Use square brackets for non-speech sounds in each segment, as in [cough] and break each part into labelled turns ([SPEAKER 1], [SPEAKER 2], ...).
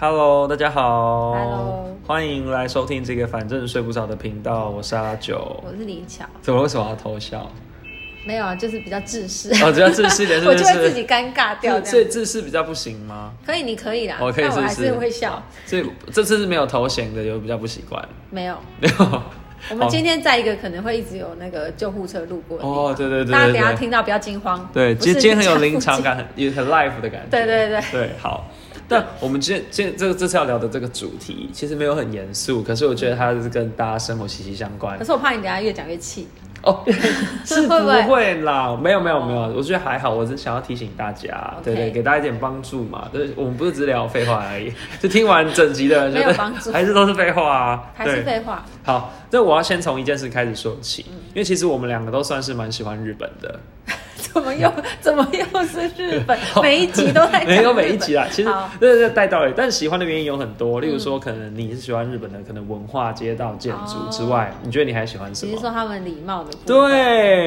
[SPEAKER 1] Hello，大家好
[SPEAKER 2] Hello
[SPEAKER 1] 欢迎来收听这个反正睡不着的频道，我是阿九。
[SPEAKER 2] 我是李巧，
[SPEAKER 1] 怎么为什么要偷笑？
[SPEAKER 2] 没有啊，就是比较自私，
[SPEAKER 1] 哦，只要自私一
[SPEAKER 2] [laughs]
[SPEAKER 1] 点，是
[SPEAKER 2] 我
[SPEAKER 1] 不？
[SPEAKER 2] 就是会自己尴尬掉
[SPEAKER 1] 自
[SPEAKER 2] 啊这
[SPEAKER 1] 自
[SPEAKER 2] 样。
[SPEAKER 1] 自私比较不行吗？
[SPEAKER 2] 可以，你可以啦，
[SPEAKER 1] 我哦可以
[SPEAKER 2] 但
[SPEAKER 1] 是
[SPEAKER 2] 我
[SPEAKER 1] 不
[SPEAKER 2] 还
[SPEAKER 1] 是
[SPEAKER 2] 是会笑。
[SPEAKER 1] 这这次是没有头衔的，有比较不习惯。
[SPEAKER 2] 没有，
[SPEAKER 1] 没有。
[SPEAKER 2] [laughs] 我们
[SPEAKER 1] [laughs]
[SPEAKER 2] 今
[SPEAKER 1] 天
[SPEAKER 2] 天在一个可能会一直有那个救护车路过的地方
[SPEAKER 1] 哦，对对对
[SPEAKER 2] 大家
[SPEAKER 1] 对
[SPEAKER 2] 等一下
[SPEAKER 1] 对
[SPEAKER 2] 听到不要惊慌。
[SPEAKER 1] 对，
[SPEAKER 2] 不
[SPEAKER 1] 今
[SPEAKER 2] 是
[SPEAKER 1] 今天很有
[SPEAKER 2] 家附
[SPEAKER 1] 临场
[SPEAKER 2] 近。 [laughs]
[SPEAKER 1] 感，很也很 live 的感觉。
[SPEAKER 2] 对对对，
[SPEAKER 1] 对，好。那我们今天今天这个这次要聊的这个主题，其实没有很严肃，可是我觉得它是跟大家生活息息相关
[SPEAKER 2] 可。是我怕你等一下越讲越气。 [laughs]
[SPEAKER 1] 哦，是不
[SPEAKER 2] 会不会哦
[SPEAKER 1] 会啦，没有没有没有，我觉得还好，我只是想要提醒大家，
[SPEAKER 2] OK
[SPEAKER 1] 对对，给大家一点帮助嘛。对，我们不是只聊废话而已， [laughs] 就听完整集的人觉
[SPEAKER 2] 没有
[SPEAKER 1] 得
[SPEAKER 2] 帮助
[SPEAKER 1] 还是都是废话啊，
[SPEAKER 2] 还
[SPEAKER 1] 对。
[SPEAKER 2] 是废话，嗯
[SPEAKER 1] 好，那我要先从一件事开始说起，因为其实我们两个都算是蛮喜欢日本的，
[SPEAKER 2] 怎么又怎么又是日
[SPEAKER 1] [laughs]
[SPEAKER 2] 本？每一集都在讲日本
[SPEAKER 1] 哦没有每一集啦，其实
[SPEAKER 2] 好
[SPEAKER 1] 这是带到了，但喜欢的原因有很多，例如说可能你是喜欢日本的，可能文化、街道、建筑之外，你觉得你还喜欢什
[SPEAKER 2] 只
[SPEAKER 1] 么
[SPEAKER 2] 是？说他们礼貌的部分。
[SPEAKER 1] 对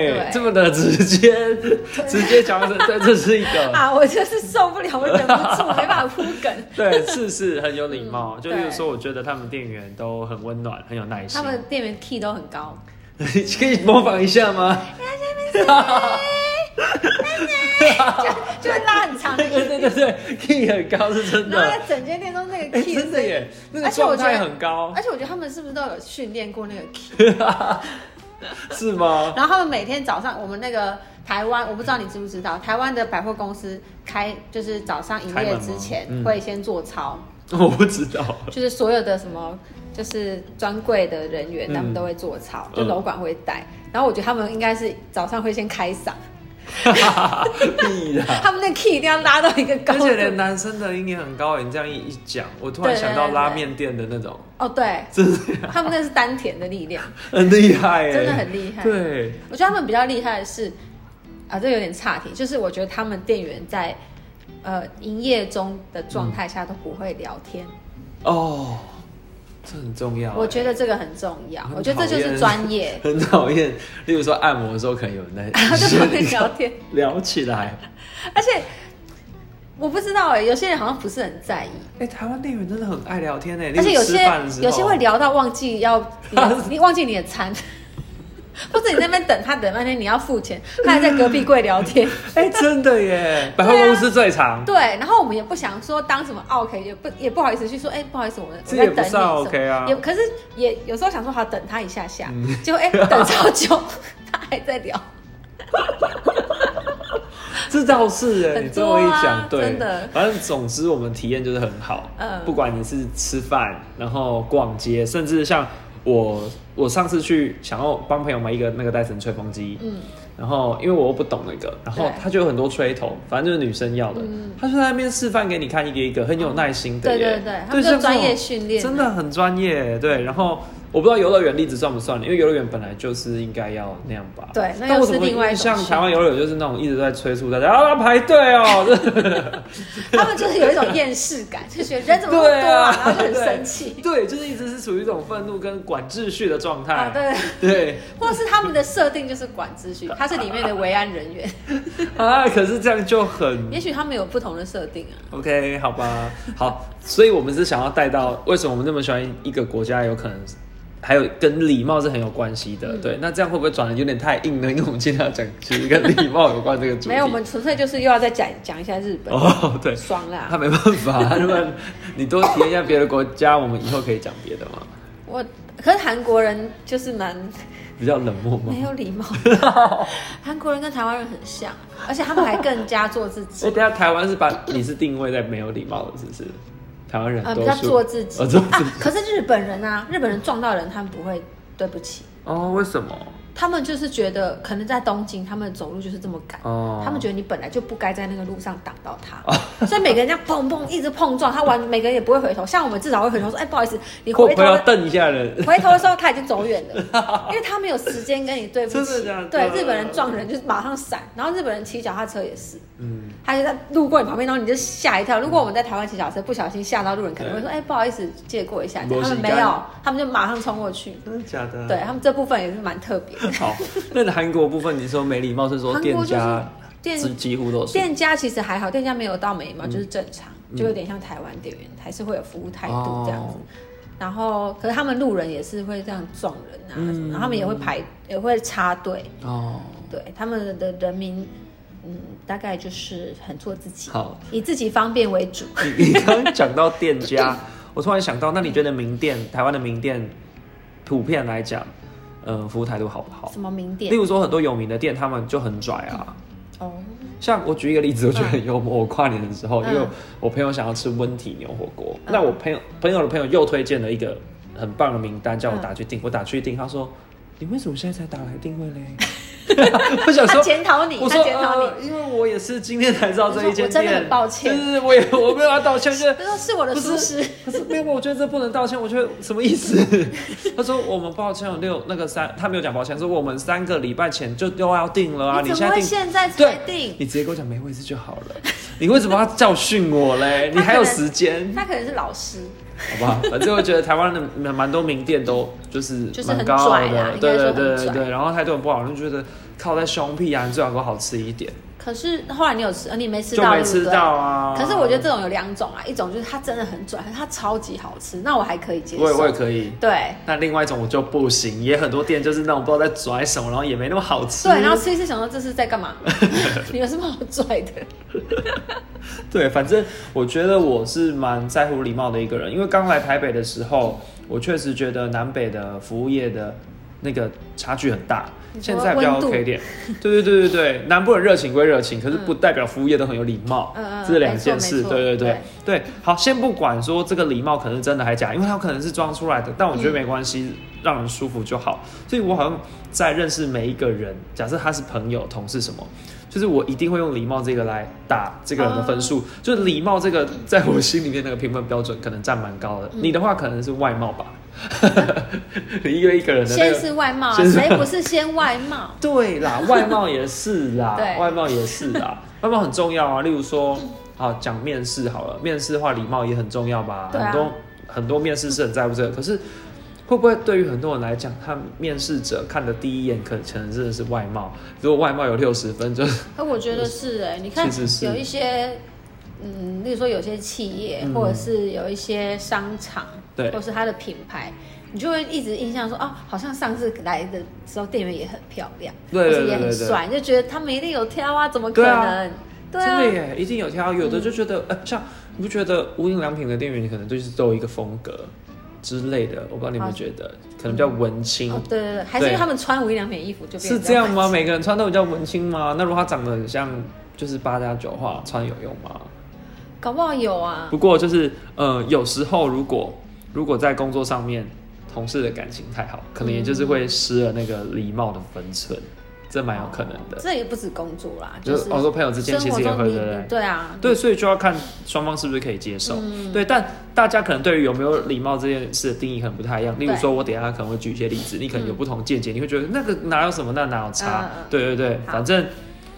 [SPEAKER 2] 对，
[SPEAKER 1] 这么的直接， [laughs] 直接讲这这这是一个，
[SPEAKER 2] 啊，我就是受不了，我忍不住，没办法铺梗。
[SPEAKER 1] 对，是是很有礼貌。就例如
[SPEAKER 2] 对
[SPEAKER 1] 说，我觉得他们店员都很温暖，很有耐心
[SPEAKER 2] 他。们店员 key 都很
[SPEAKER 1] [laughs]
[SPEAKER 2] 高。
[SPEAKER 1] 你 [laughs] 可以模仿一下吗？
[SPEAKER 2] [laughs] 就会拉很长的
[SPEAKER 1] 对
[SPEAKER 2] key，
[SPEAKER 1] 对对对，key 很高是真
[SPEAKER 2] 然后
[SPEAKER 1] 的，
[SPEAKER 2] 在整间店都那个
[SPEAKER 1] 哎
[SPEAKER 2] key，
[SPEAKER 1] 真的耶，那个
[SPEAKER 2] 而且我
[SPEAKER 1] 状
[SPEAKER 2] 觉得
[SPEAKER 1] 态很高
[SPEAKER 2] 而，且我觉得他们是不是都有训练过那个 key？ [laughs]
[SPEAKER 1] [laughs] 是吗？ [laughs]
[SPEAKER 2] 然后他们每天早上，我们那个台湾，我不知道你知不知道，台湾的百货公司开就是早上营
[SPEAKER 1] 开门
[SPEAKER 2] 业
[SPEAKER 1] 吗
[SPEAKER 2] 之前
[SPEAKER 1] 嗯
[SPEAKER 2] 会先做操，
[SPEAKER 1] 我不知道，
[SPEAKER 2] 就是所有的什么就是专柜的人员
[SPEAKER 1] 嗯
[SPEAKER 2] 他们都会做操，
[SPEAKER 1] 嗯
[SPEAKER 2] 就楼管会带。然后我觉得他们应该是早上会先
[SPEAKER 1] [laughs]
[SPEAKER 2] 开嗓，
[SPEAKER 1] 屁啦。
[SPEAKER 2] 他们那 key 一定要拉到一个高
[SPEAKER 1] 而
[SPEAKER 2] 度
[SPEAKER 1] 且。连男生的音也很高欸耶，你这样一一讲，我突然
[SPEAKER 2] 对对
[SPEAKER 1] 想到
[SPEAKER 2] 对
[SPEAKER 1] 拉
[SPEAKER 2] 对
[SPEAKER 1] 面店的那种，
[SPEAKER 2] 哦，对，
[SPEAKER 1] 真的
[SPEAKER 2] 他们那是丹田的力量，
[SPEAKER 1] 很厉害耶，
[SPEAKER 2] 真的很厉害。
[SPEAKER 1] 对，
[SPEAKER 2] 我觉得他们比较厉害的是，啊，这有点岔题，就是我觉得他们店员在呃营业中的状态下都不会聊天，
[SPEAKER 1] 哦，这很重要耶。
[SPEAKER 2] 我觉得这个很重要
[SPEAKER 1] 嗯很，
[SPEAKER 2] 我觉得啊这
[SPEAKER 1] 讨
[SPEAKER 2] 就
[SPEAKER 1] 厌，
[SPEAKER 2] 是专业
[SPEAKER 1] 很讨厌，例如说按摩的时候，可能有人
[SPEAKER 2] [laughs]
[SPEAKER 1] 在
[SPEAKER 2] 他就不会聊天，
[SPEAKER 1] [laughs] 聊起来。
[SPEAKER 2] 而且我不知道哎、有些人好像不是很在意，
[SPEAKER 1] 哎、台湾店员真的很爱聊天呢、欸例
[SPEAKER 2] 而
[SPEAKER 1] 如
[SPEAKER 2] 且有
[SPEAKER 1] 吃
[SPEAKER 2] 些
[SPEAKER 1] 饭的时候
[SPEAKER 2] 有些会聊到忘记
[SPEAKER 1] [laughs]
[SPEAKER 2] 要你的你忘记你的餐。 [laughs] 或者你在那边等他等半天，你要付钱，他还在隔壁柜聊天。
[SPEAKER 1] 哎、真
[SPEAKER 2] [laughs]
[SPEAKER 1] 的
[SPEAKER 2] 啊
[SPEAKER 1] 耶，百货公司最长，
[SPEAKER 2] 对，然后我们也不想说当什么 OK，也不也不好意思去说，哎、不好意思，我们
[SPEAKER 1] 这
[SPEAKER 2] 我在
[SPEAKER 1] 也不
[SPEAKER 2] 等你什
[SPEAKER 1] 算
[SPEAKER 2] 么。
[SPEAKER 1] OK 啊嗯
[SPEAKER 2] 也可是也有时候想说好等他一下下，结果哎、等超久，他还在
[SPEAKER 1] [laughs]
[SPEAKER 2] 聊，
[SPEAKER 1] 这倒是哎，
[SPEAKER 2] 很
[SPEAKER 1] 你这么一
[SPEAKER 2] 多啊
[SPEAKER 1] 讲，对，
[SPEAKER 2] 真的
[SPEAKER 1] 反正总之我们体验就是很好，
[SPEAKER 2] 嗯
[SPEAKER 1] 不管你是吃饭，然后逛街，甚至像我，我上次去想要帮朋友买一个那个戴森吹风机，
[SPEAKER 2] 嗯，
[SPEAKER 1] 然后因为我又不懂那个，然后
[SPEAKER 2] 对嗯
[SPEAKER 1] 他就有很多吹头，反正就是女生要的，他就在那边示范给你看一个一个，很有耐心的
[SPEAKER 2] 对
[SPEAKER 1] 耶，
[SPEAKER 2] 对对，他
[SPEAKER 1] 像
[SPEAKER 2] 们就
[SPEAKER 1] 这种
[SPEAKER 2] 专业训练，
[SPEAKER 1] 真的很专业，对。然后我不知道游乐园例子算不算，因为游乐园本来就是应该要那样吧。
[SPEAKER 2] 对
[SPEAKER 1] 但
[SPEAKER 2] 那又
[SPEAKER 1] 我
[SPEAKER 2] 是
[SPEAKER 1] 怎么
[SPEAKER 2] 另外一
[SPEAKER 1] 印
[SPEAKER 2] 种
[SPEAKER 1] 象
[SPEAKER 2] 事
[SPEAKER 1] 台湾游乐园就是那种一直在催促大家啊排队
[SPEAKER 2] [laughs]
[SPEAKER 1] 哦，这
[SPEAKER 2] 他们就是有一种厌世感，就觉得人怎么那么
[SPEAKER 1] [laughs]
[SPEAKER 2] 多啊，然后就很生气
[SPEAKER 1] 对，就是一直是处于一种愤怒跟管秩序的状
[SPEAKER 2] 啊，
[SPEAKER 1] 态。
[SPEAKER 2] 对，
[SPEAKER 1] 对
[SPEAKER 2] 或者是他们的设定就是管秩序，他是里面的维安人员，
[SPEAKER 1] 啊，可是这样就很
[SPEAKER 2] 也许他们有不同的设定啊，
[SPEAKER 1] OK，好吧，好，所以我们是想要带到为什么我们那么喜欢一个国家，有可能还有跟礼貌是很有关系的。
[SPEAKER 2] 嗯
[SPEAKER 1] 对，那这样会不会转的有点太硬呢？因为我们今天要讲其实跟礼貌有关这个主题。
[SPEAKER 2] 没有，我们纯粹就是又要再讲讲一下日
[SPEAKER 1] [laughs]
[SPEAKER 2] 本，
[SPEAKER 1] 哦，对，
[SPEAKER 2] 爽啦，
[SPEAKER 1] 他没办法，他们你多体验一下别的国家，我们以后可以讲别的嘛，
[SPEAKER 2] 我可是韩国人就是蛮
[SPEAKER 1] 比较冷漠嘛
[SPEAKER 2] 没。有礼貌，
[SPEAKER 1] [laughs]
[SPEAKER 2] 韩国人跟台湾人很像，而且他们还更加做自
[SPEAKER 1] 所 [laughs] 以
[SPEAKER 2] 己。
[SPEAKER 1] 哎等一下台湾是把你是定位在没有礼貌的，是不是？台湾人
[SPEAKER 2] 呃，
[SPEAKER 1] 多
[SPEAKER 2] 比较
[SPEAKER 1] 数
[SPEAKER 2] 做自己、
[SPEAKER 1] 哦，做自己
[SPEAKER 2] 啊。可是日本人啊，日本人撞到人，他们不会对不起，
[SPEAKER 1] 哦，为什么？
[SPEAKER 2] 他们就是觉得可能在东京，他们走路就是这么赶，
[SPEAKER 1] 哦，
[SPEAKER 2] 他们觉得你本来就不该在那个路上挡到他，所以每个人这样砰砰一直碰撞，他完每个人也不会回头。像我们至少会回头说，哎、不好意思，你
[SPEAKER 1] 会
[SPEAKER 2] 回
[SPEAKER 1] 不
[SPEAKER 2] 头
[SPEAKER 1] 会要
[SPEAKER 2] 了。
[SPEAKER 1] 瞪一下人？ [laughs]
[SPEAKER 2] 回头的时候他已经走远了，因为他没有时间跟你对不
[SPEAKER 1] 真
[SPEAKER 2] 起
[SPEAKER 1] 的假的。
[SPEAKER 2] 对，日本人撞人就是马上闪，然后日本人骑脚踏车也是，
[SPEAKER 1] 嗯。
[SPEAKER 2] 他就在路过你旁边，然后你就吓一跳。如果我们在台湾骑脚踏车不小心吓到路人，可能会说：“哎、不好意思，借过一下。”
[SPEAKER 1] 没
[SPEAKER 2] 他
[SPEAKER 1] 事
[SPEAKER 2] 们没
[SPEAKER 1] 干
[SPEAKER 2] 有，他们就马上冲过去。
[SPEAKER 1] 真的假的？ [laughs]
[SPEAKER 2] 对他们这部分也是蛮特别的。
[SPEAKER 1] 好，那韩国部分你说没礼貌是说
[SPEAKER 2] 韩
[SPEAKER 1] 店
[SPEAKER 2] 国就是
[SPEAKER 1] 家
[SPEAKER 2] 店
[SPEAKER 1] 几几乎都是。
[SPEAKER 2] 店家其实还好，店家没有到眉
[SPEAKER 1] 嗯
[SPEAKER 2] 毛、就是正常，就有点像台湾店员，还是会有服务态度这样子。
[SPEAKER 1] 哦
[SPEAKER 2] 然后，可是他们路人也是会这样撞人啊，什
[SPEAKER 1] 嗯
[SPEAKER 2] 么，然后他们也会排，也会插队，
[SPEAKER 1] 哦，
[SPEAKER 2] 对，他们的人民，嗯，大概就是很做自己，
[SPEAKER 1] 好，
[SPEAKER 2] 以自己方便为主。
[SPEAKER 1] 你你刚刚讲到店家， [laughs] 我突然想到，那你觉得名店，台湾的名店，普遍来讲，嗯、服务态度好不好？
[SPEAKER 2] 什么名
[SPEAKER 1] 例
[SPEAKER 2] 店？
[SPEAKER 1] 如说很多有名的店，他们就很拽啊。
[SPEAKER 2] 哦，
[SPEAKER 1] 像我举一个例子，我觉得很幽默。我跨年的时候，因
[SPEAKER 2] 嗯
[SPEAKER 1] 为我朋友想要吃温体牛火锅，
[SPEAKER 2] 嗯
[SPEAKER 1] 那我朋友朋友的朋友又推荐了一个很棒的名单，叫我
[SPEAKER 2] 嗯
[SPEAKER 1] 打去订。我打去订，他说：“你为什么现在才打来定位嘞？” [laughs] 我想
[SPEAKER 2] 他
[SPEAKER 1] 说，
[SPEAKER 2] 检讨你，
[SPEAKER 1] 我
[SPEAKER 2] 他
[SPEAKER 1] 说
[SPEAKER 2] 检讨
[SPEAKER 1] 呃
[SPEAKER 2] 你，，
[SPEAKER 1] 因为我也是今天才知道这一间店，
[SPEAKER 2] 我说我真的很抱歉
[SPEAKER 1] 就是我也我没有要道歉，就是
[SPEAKER 2] 他说是我的
[SPEAKER 1] 不
[SPEAKER 2] 疏
[SPEAKER 1] 是
[SPEAKER 2] 失。
[SPEAKER 1] 可是没有，我觉得这不能道歉。我觉得什么意思？ [laughs] 他说我们抱歉，有六那个三，他没有讲抱歉，说我们三个礼拜前就都要定了啊，你
[SPEAKER 2] 你怎
[SPEAKER 1] 现
[SPEAKER 2] 么
[SPEAKER 1] 在
[SPEAKER 2] 会
[SPEAKER 1] 定，
[SPEAKER 2] 现在
[SPEAKER 1] 对
[SPEAKER 2] 才定？
[SPEAKER 1] 你直接跟我讲没位置就好了。你为什么要教训我嘞？你还有时间，
[SPEAKER 2] 他可能是老师，
[SPEAKER 1] 好不好？反正我觉得台湾的蛮多名店都就是
[SPEAKER 2] 就是很
[SPEAKER 1] 蛮高傲
[SPEAKER 2] 拽啦
[SPEAKER 1] 的，
[SPEAKER 2] 应
[SPEAKER 1] 对
[SPEAKER 2] 该说
[SPEAKER 1] 对对
[SPEAKER 2] 很
[SPEAKER 1] 对
[SPEAKER 2] 拽
[SPEAKER 1] 对。然后态度很不好，就觉得靠在胸屁啊，你最好给我好吃一点，
[SPEAKER 2] 可是后来你有吃，呃你没吃
[SPEAKER 1] 就
[SPEAKER 2] 到，
[SPEAKER 1] 没
[SPEAKER 2] 对不
[SPEAKER 1] 吃
[SPEAKER 2] 对？
[SPEAKER 1] 到啊。
[SPEAKER 2] 可是我觉得这种有两种啊，一种就是它真的很拽，它超级好吃，那我还可以接受。
[SPEAKER 1] 我也我也可以。
[SPEAKER 2] 对
[SPEAKER 1] 那另外一种我就不行，也很多店就是那种不知道在拽什么，然后也没那么好吃。
[SPEAKER 2] 对，然后吃一次想说这是在
[SPEAKER 1] [laughs]
[SPEAKER 2] 干嘛？你有什么好拽的？
[SPEAKER 1] [laughs] 对，反正我觉得我是蛮在乎礼貌的一个人，因为刚来台北的时候，我确实觉得南北的服务业的那个差距很大。
[SPEAKER 2] 你说
[SPEAKER 1] 现在比较
[SPEAKER 2] 温度
[SPEAKER 1] OK 一点，对对对对对，南部人热情归热情，可是不代表服务业都很有礼貌，
[SPEAKER 2] 嗯嗯嗯
[SPEAKER 1] 这是两件
[SPEAKER 2] 没
[SPEAKER 1] 事。
[SPEAKER 2] 错
[SPEAKER 1] 对对对
[SPEAKER 2] 没
[SPEAKER 1] 对，好，先不管说这个礼貌可能是真的还假，因为它可能是装出来的，但我
[SPEAKER 2] 嗯
[SPEAKER 1] 觉得没关系，让人舒服就好。所以我好像在认识每一个人，假设他是朋友、同事什么，就是我一定会用礼貌这个来打这个人的分数。就是礼貌这个，在我心里面那个评分标准可能占蛮高的。你的话可能是外貌吧， [laughs] 你一个一个人的那个。
[SPEAKER 2] 先是外貌啊，
[SPEAKER 1] 先是
[SPEAKER 2] 谁不是先外
[SPEAKER 1] [laughs]
[SPEAKER 2] 貌？，
[SPEAKER 1] 对啦，外貌也是啦
[SPEAKER 2] 对
[SPEAKER 1] 外貌也是啦，
[SPEAKER 2] [laughs]
[SPEAKER 1] 外貌很重要啊。例如说，好讲面试好了，面试的话礼貌也很重要吧。
[SPEAKER 2] 对啊
[SPEAKER 1] 很多很多面试是很在乎这个，可是会不会对于很多人来讲，他面试者看的第一眼可可能真的是外貌？如果外貌有六十分，就是
[SPEAKER 2] 可我觉得是哎、你看
[SPEAKER 1] 确实是
[SPEAKER 2] 有一些，嗯，例如说有些企业，
[SPEAKER 1] 嗯
[SPEAKER 2] 或者是有一些商场，
[SPEAKER 1] 对
[SPEAKER 2] 或是它的品牌。你就会一直印象说，哦，好像上次来的时候店员也很漂亮，
[SPEAKER 1] 对对
[SPEAKER 2] 或是也
[SPEAKER 1] 对
[SPEAKER 2] 很
[SPEAKER 1] 对对
[SPEAKER 2] 帅，你就觉得他们一定有挑啊，怎么可
[SPEAKER 1] 对啊
[SPEAKER 2] 能？对
[SPEAKER 1] 真
[SPEAKER 2] 啊，嗯
[SPEAKER 1] 的耶，一定有挑。有的就觉得，呃，像你不觉得无印良品的店员可能就是都有一个风格之类的？我不知道你们
[SPEAKER 2] 好
[SPEAKER 1] 觉得，可能比较文青。
[SPEAKER 2] 哦，对对对，还是因为他们穿无印良品的衣服就变成
[SPEAKER 1] 是这样吗？
[SPEAKER 2] 子？
[SPEAKER 1] 每个人穿都比较文青吗？那如果他长得很像，就是八加九的话，穿有用吗？
[SPEAKER 2] 搞不好有啊
[SPEAKER 1] 不，过就是呃，有时候如果如果在工作上面，同事的感情太好，可能也就是会失了那个礼貌的分寸，这蛮有可能的。
[SPEAKER 2] 这也不止工作啦，
[SPEAKER 1] 就是是我说朋友之间
[SPEAKER 2] 嗯生
[SPEAKER 1] 其
[SPEAKER 2] 活
[SPEAKER 1] 实也
[SPEAKER 2] 中
[SPEAKER 1] 会
[SPEAKER 2] 你
[SPEAKER 1] 对不对？
[SPEAKER 2] 对啊，嗯
[SPEAKER 1] 对，所以就要看双方是不是可以接受。对，但大家可能对于有没有礼貌这件事的定义可能不太一样。例如
[SPEAKER 2] 对
[SPEAKER 1] 说，我等一下可能会举一些例子，你可能有不同见解，你会觉得那个哪有什么，那哪有差？
[SPEAKER 2] 嗯嗯嗯
[SPEAKER 1] 对对对，
[SPEAKER 2] 好
[SPEAKER 1] 反正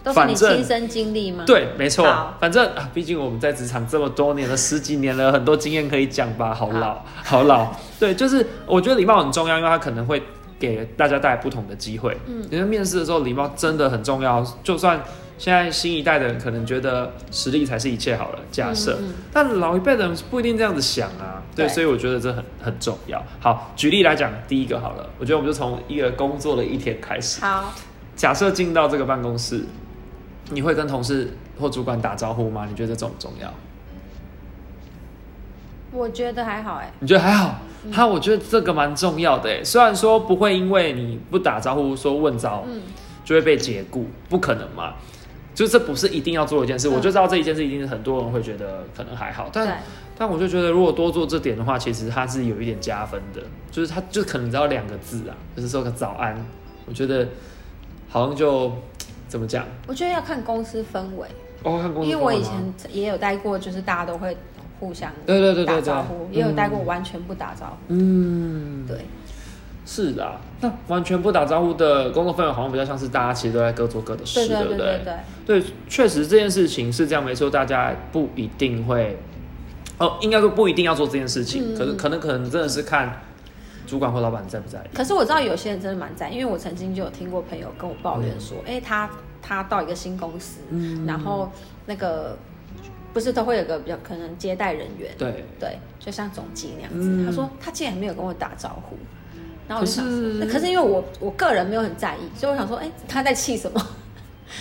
[SPEAKER 2] 都是
[SPEAKER 1] 反
[SPEAKER 2] 你
[SPEAKER 1] 正
[SPEAKER 2] 亲身经历吗？，
[SPEAKER 1] 对，没错
[SPEAKER 2] 好，
[SPEAKER 1] 反正啊，毕竟我们在职场这么多年了，十几年了，很多经验可以讲吧，好
[SPEAKER 2] 好
[SPEAKER 1] 老，好老。对，就是我觉得礼貌很重要，因为它可能会给大家带来不同的机会。嗯，因为面试的时候礼貌真的很重要，就算现在新一代的人可能觉得实力才是一切好了，假设，但老一辈的人不一定这样子想啊。嗯对，
[SPEAKER 2] 对
[SPEAKER 1] 所以我觉得这很很重要。好，举例来讲，第一个好了，我觉得我们就从一个工作的一天开始。
[SPEAKER 2] 好，
[SPEAKER 1] 假设进到这个办公室，你会跟同事或主管打招呼吗？你觉得这重不重要？
[SPEAKER 2] 我觉得还好哎、
[SPEAKER 1] 你觉得还好？哈，我觉得这个蛮重要的欸诶。虽然说不会因为你不打招呼说问
[SPEAKER 2] 嗯
[SPEAKER 1] 招，就会被解雇，不可能嘛。就这不是一定要做的一件事，
[SPEAKER 2] 嗯
[SPEAKER 1] 我就知道这一件事一定是很多人会觉得可能还好，
[SPEAKER 2] 对
[SPEAKER 1] 但但我就觉得如果多做这点的话，其实它是有一点加分的，就是它就可能只要两个字啊，就是说个早安，我觉得好像就怎么讲，
[SPEAKER 2] 我觉得要看公司氛围，
[SPEAKER 1] 哦，看公
[SPEAKER 2] 因
[SPEAKER 1] 司
[SPEAKER 2] 为我
[SPEAKER 1] 氛围
[SPEAKER 2] 以
[SPEAKER 1] 吗
[SPEAKER 2] 前也有待过，就是大家都会互相
[SPEAKER 1] 对对对对
[SPEAKER 2] 打
[SPEAKER 1] 对，
[SPEAKER 2] 招呼，也有
[SPEAKER 1] 嗯
[SPEAKER 2] 待过完全不打招呼，
[SPEAKER 1] 嗯，
[SPEAKER 2] 对，
[SPEAKER 1] 是啦。那完全不打招呼的工作氛围，好像比较像是大家其实都在各做各的事，
[SPEAKER 2] 对对
[SPEAKER 1] 不
[SPEAKER 2] 对对对，
[SPEAKER 1] 对？对，确实这件事情是这样，没错，大家不一定会，哦，应该说不一定要做这件事
[SPEAKER 2] 嗯
[SPEAKER 1] 情，可是可能可能真的是看主管或老板在不在意。嗯
[SPEAKER 2] 可是我知道有些人真的蛮赞，因为我曾经就有听过朋友跟我抱怨说，哎、他他到一个新公司，然后那个不是都会有个比较可能接待人员，
[SPEAKER 1] 对，
[SPEAKER 2] 对，就像总经那样子。
[SPEAKER 1] 嗯
[SPEAKER 2] 他说他竟然没有跟我打招呼，然后
[SPEAKER 1] 可
[SPEAKER 2] 我就想
[SPEAKER 1] 是
[SPEAKER 2] 说，可是因为我我个人没有很在意，所以我想说，哎、他在气什
[SPEAKER 1] [laughs]
[SPEAKER 2] 么？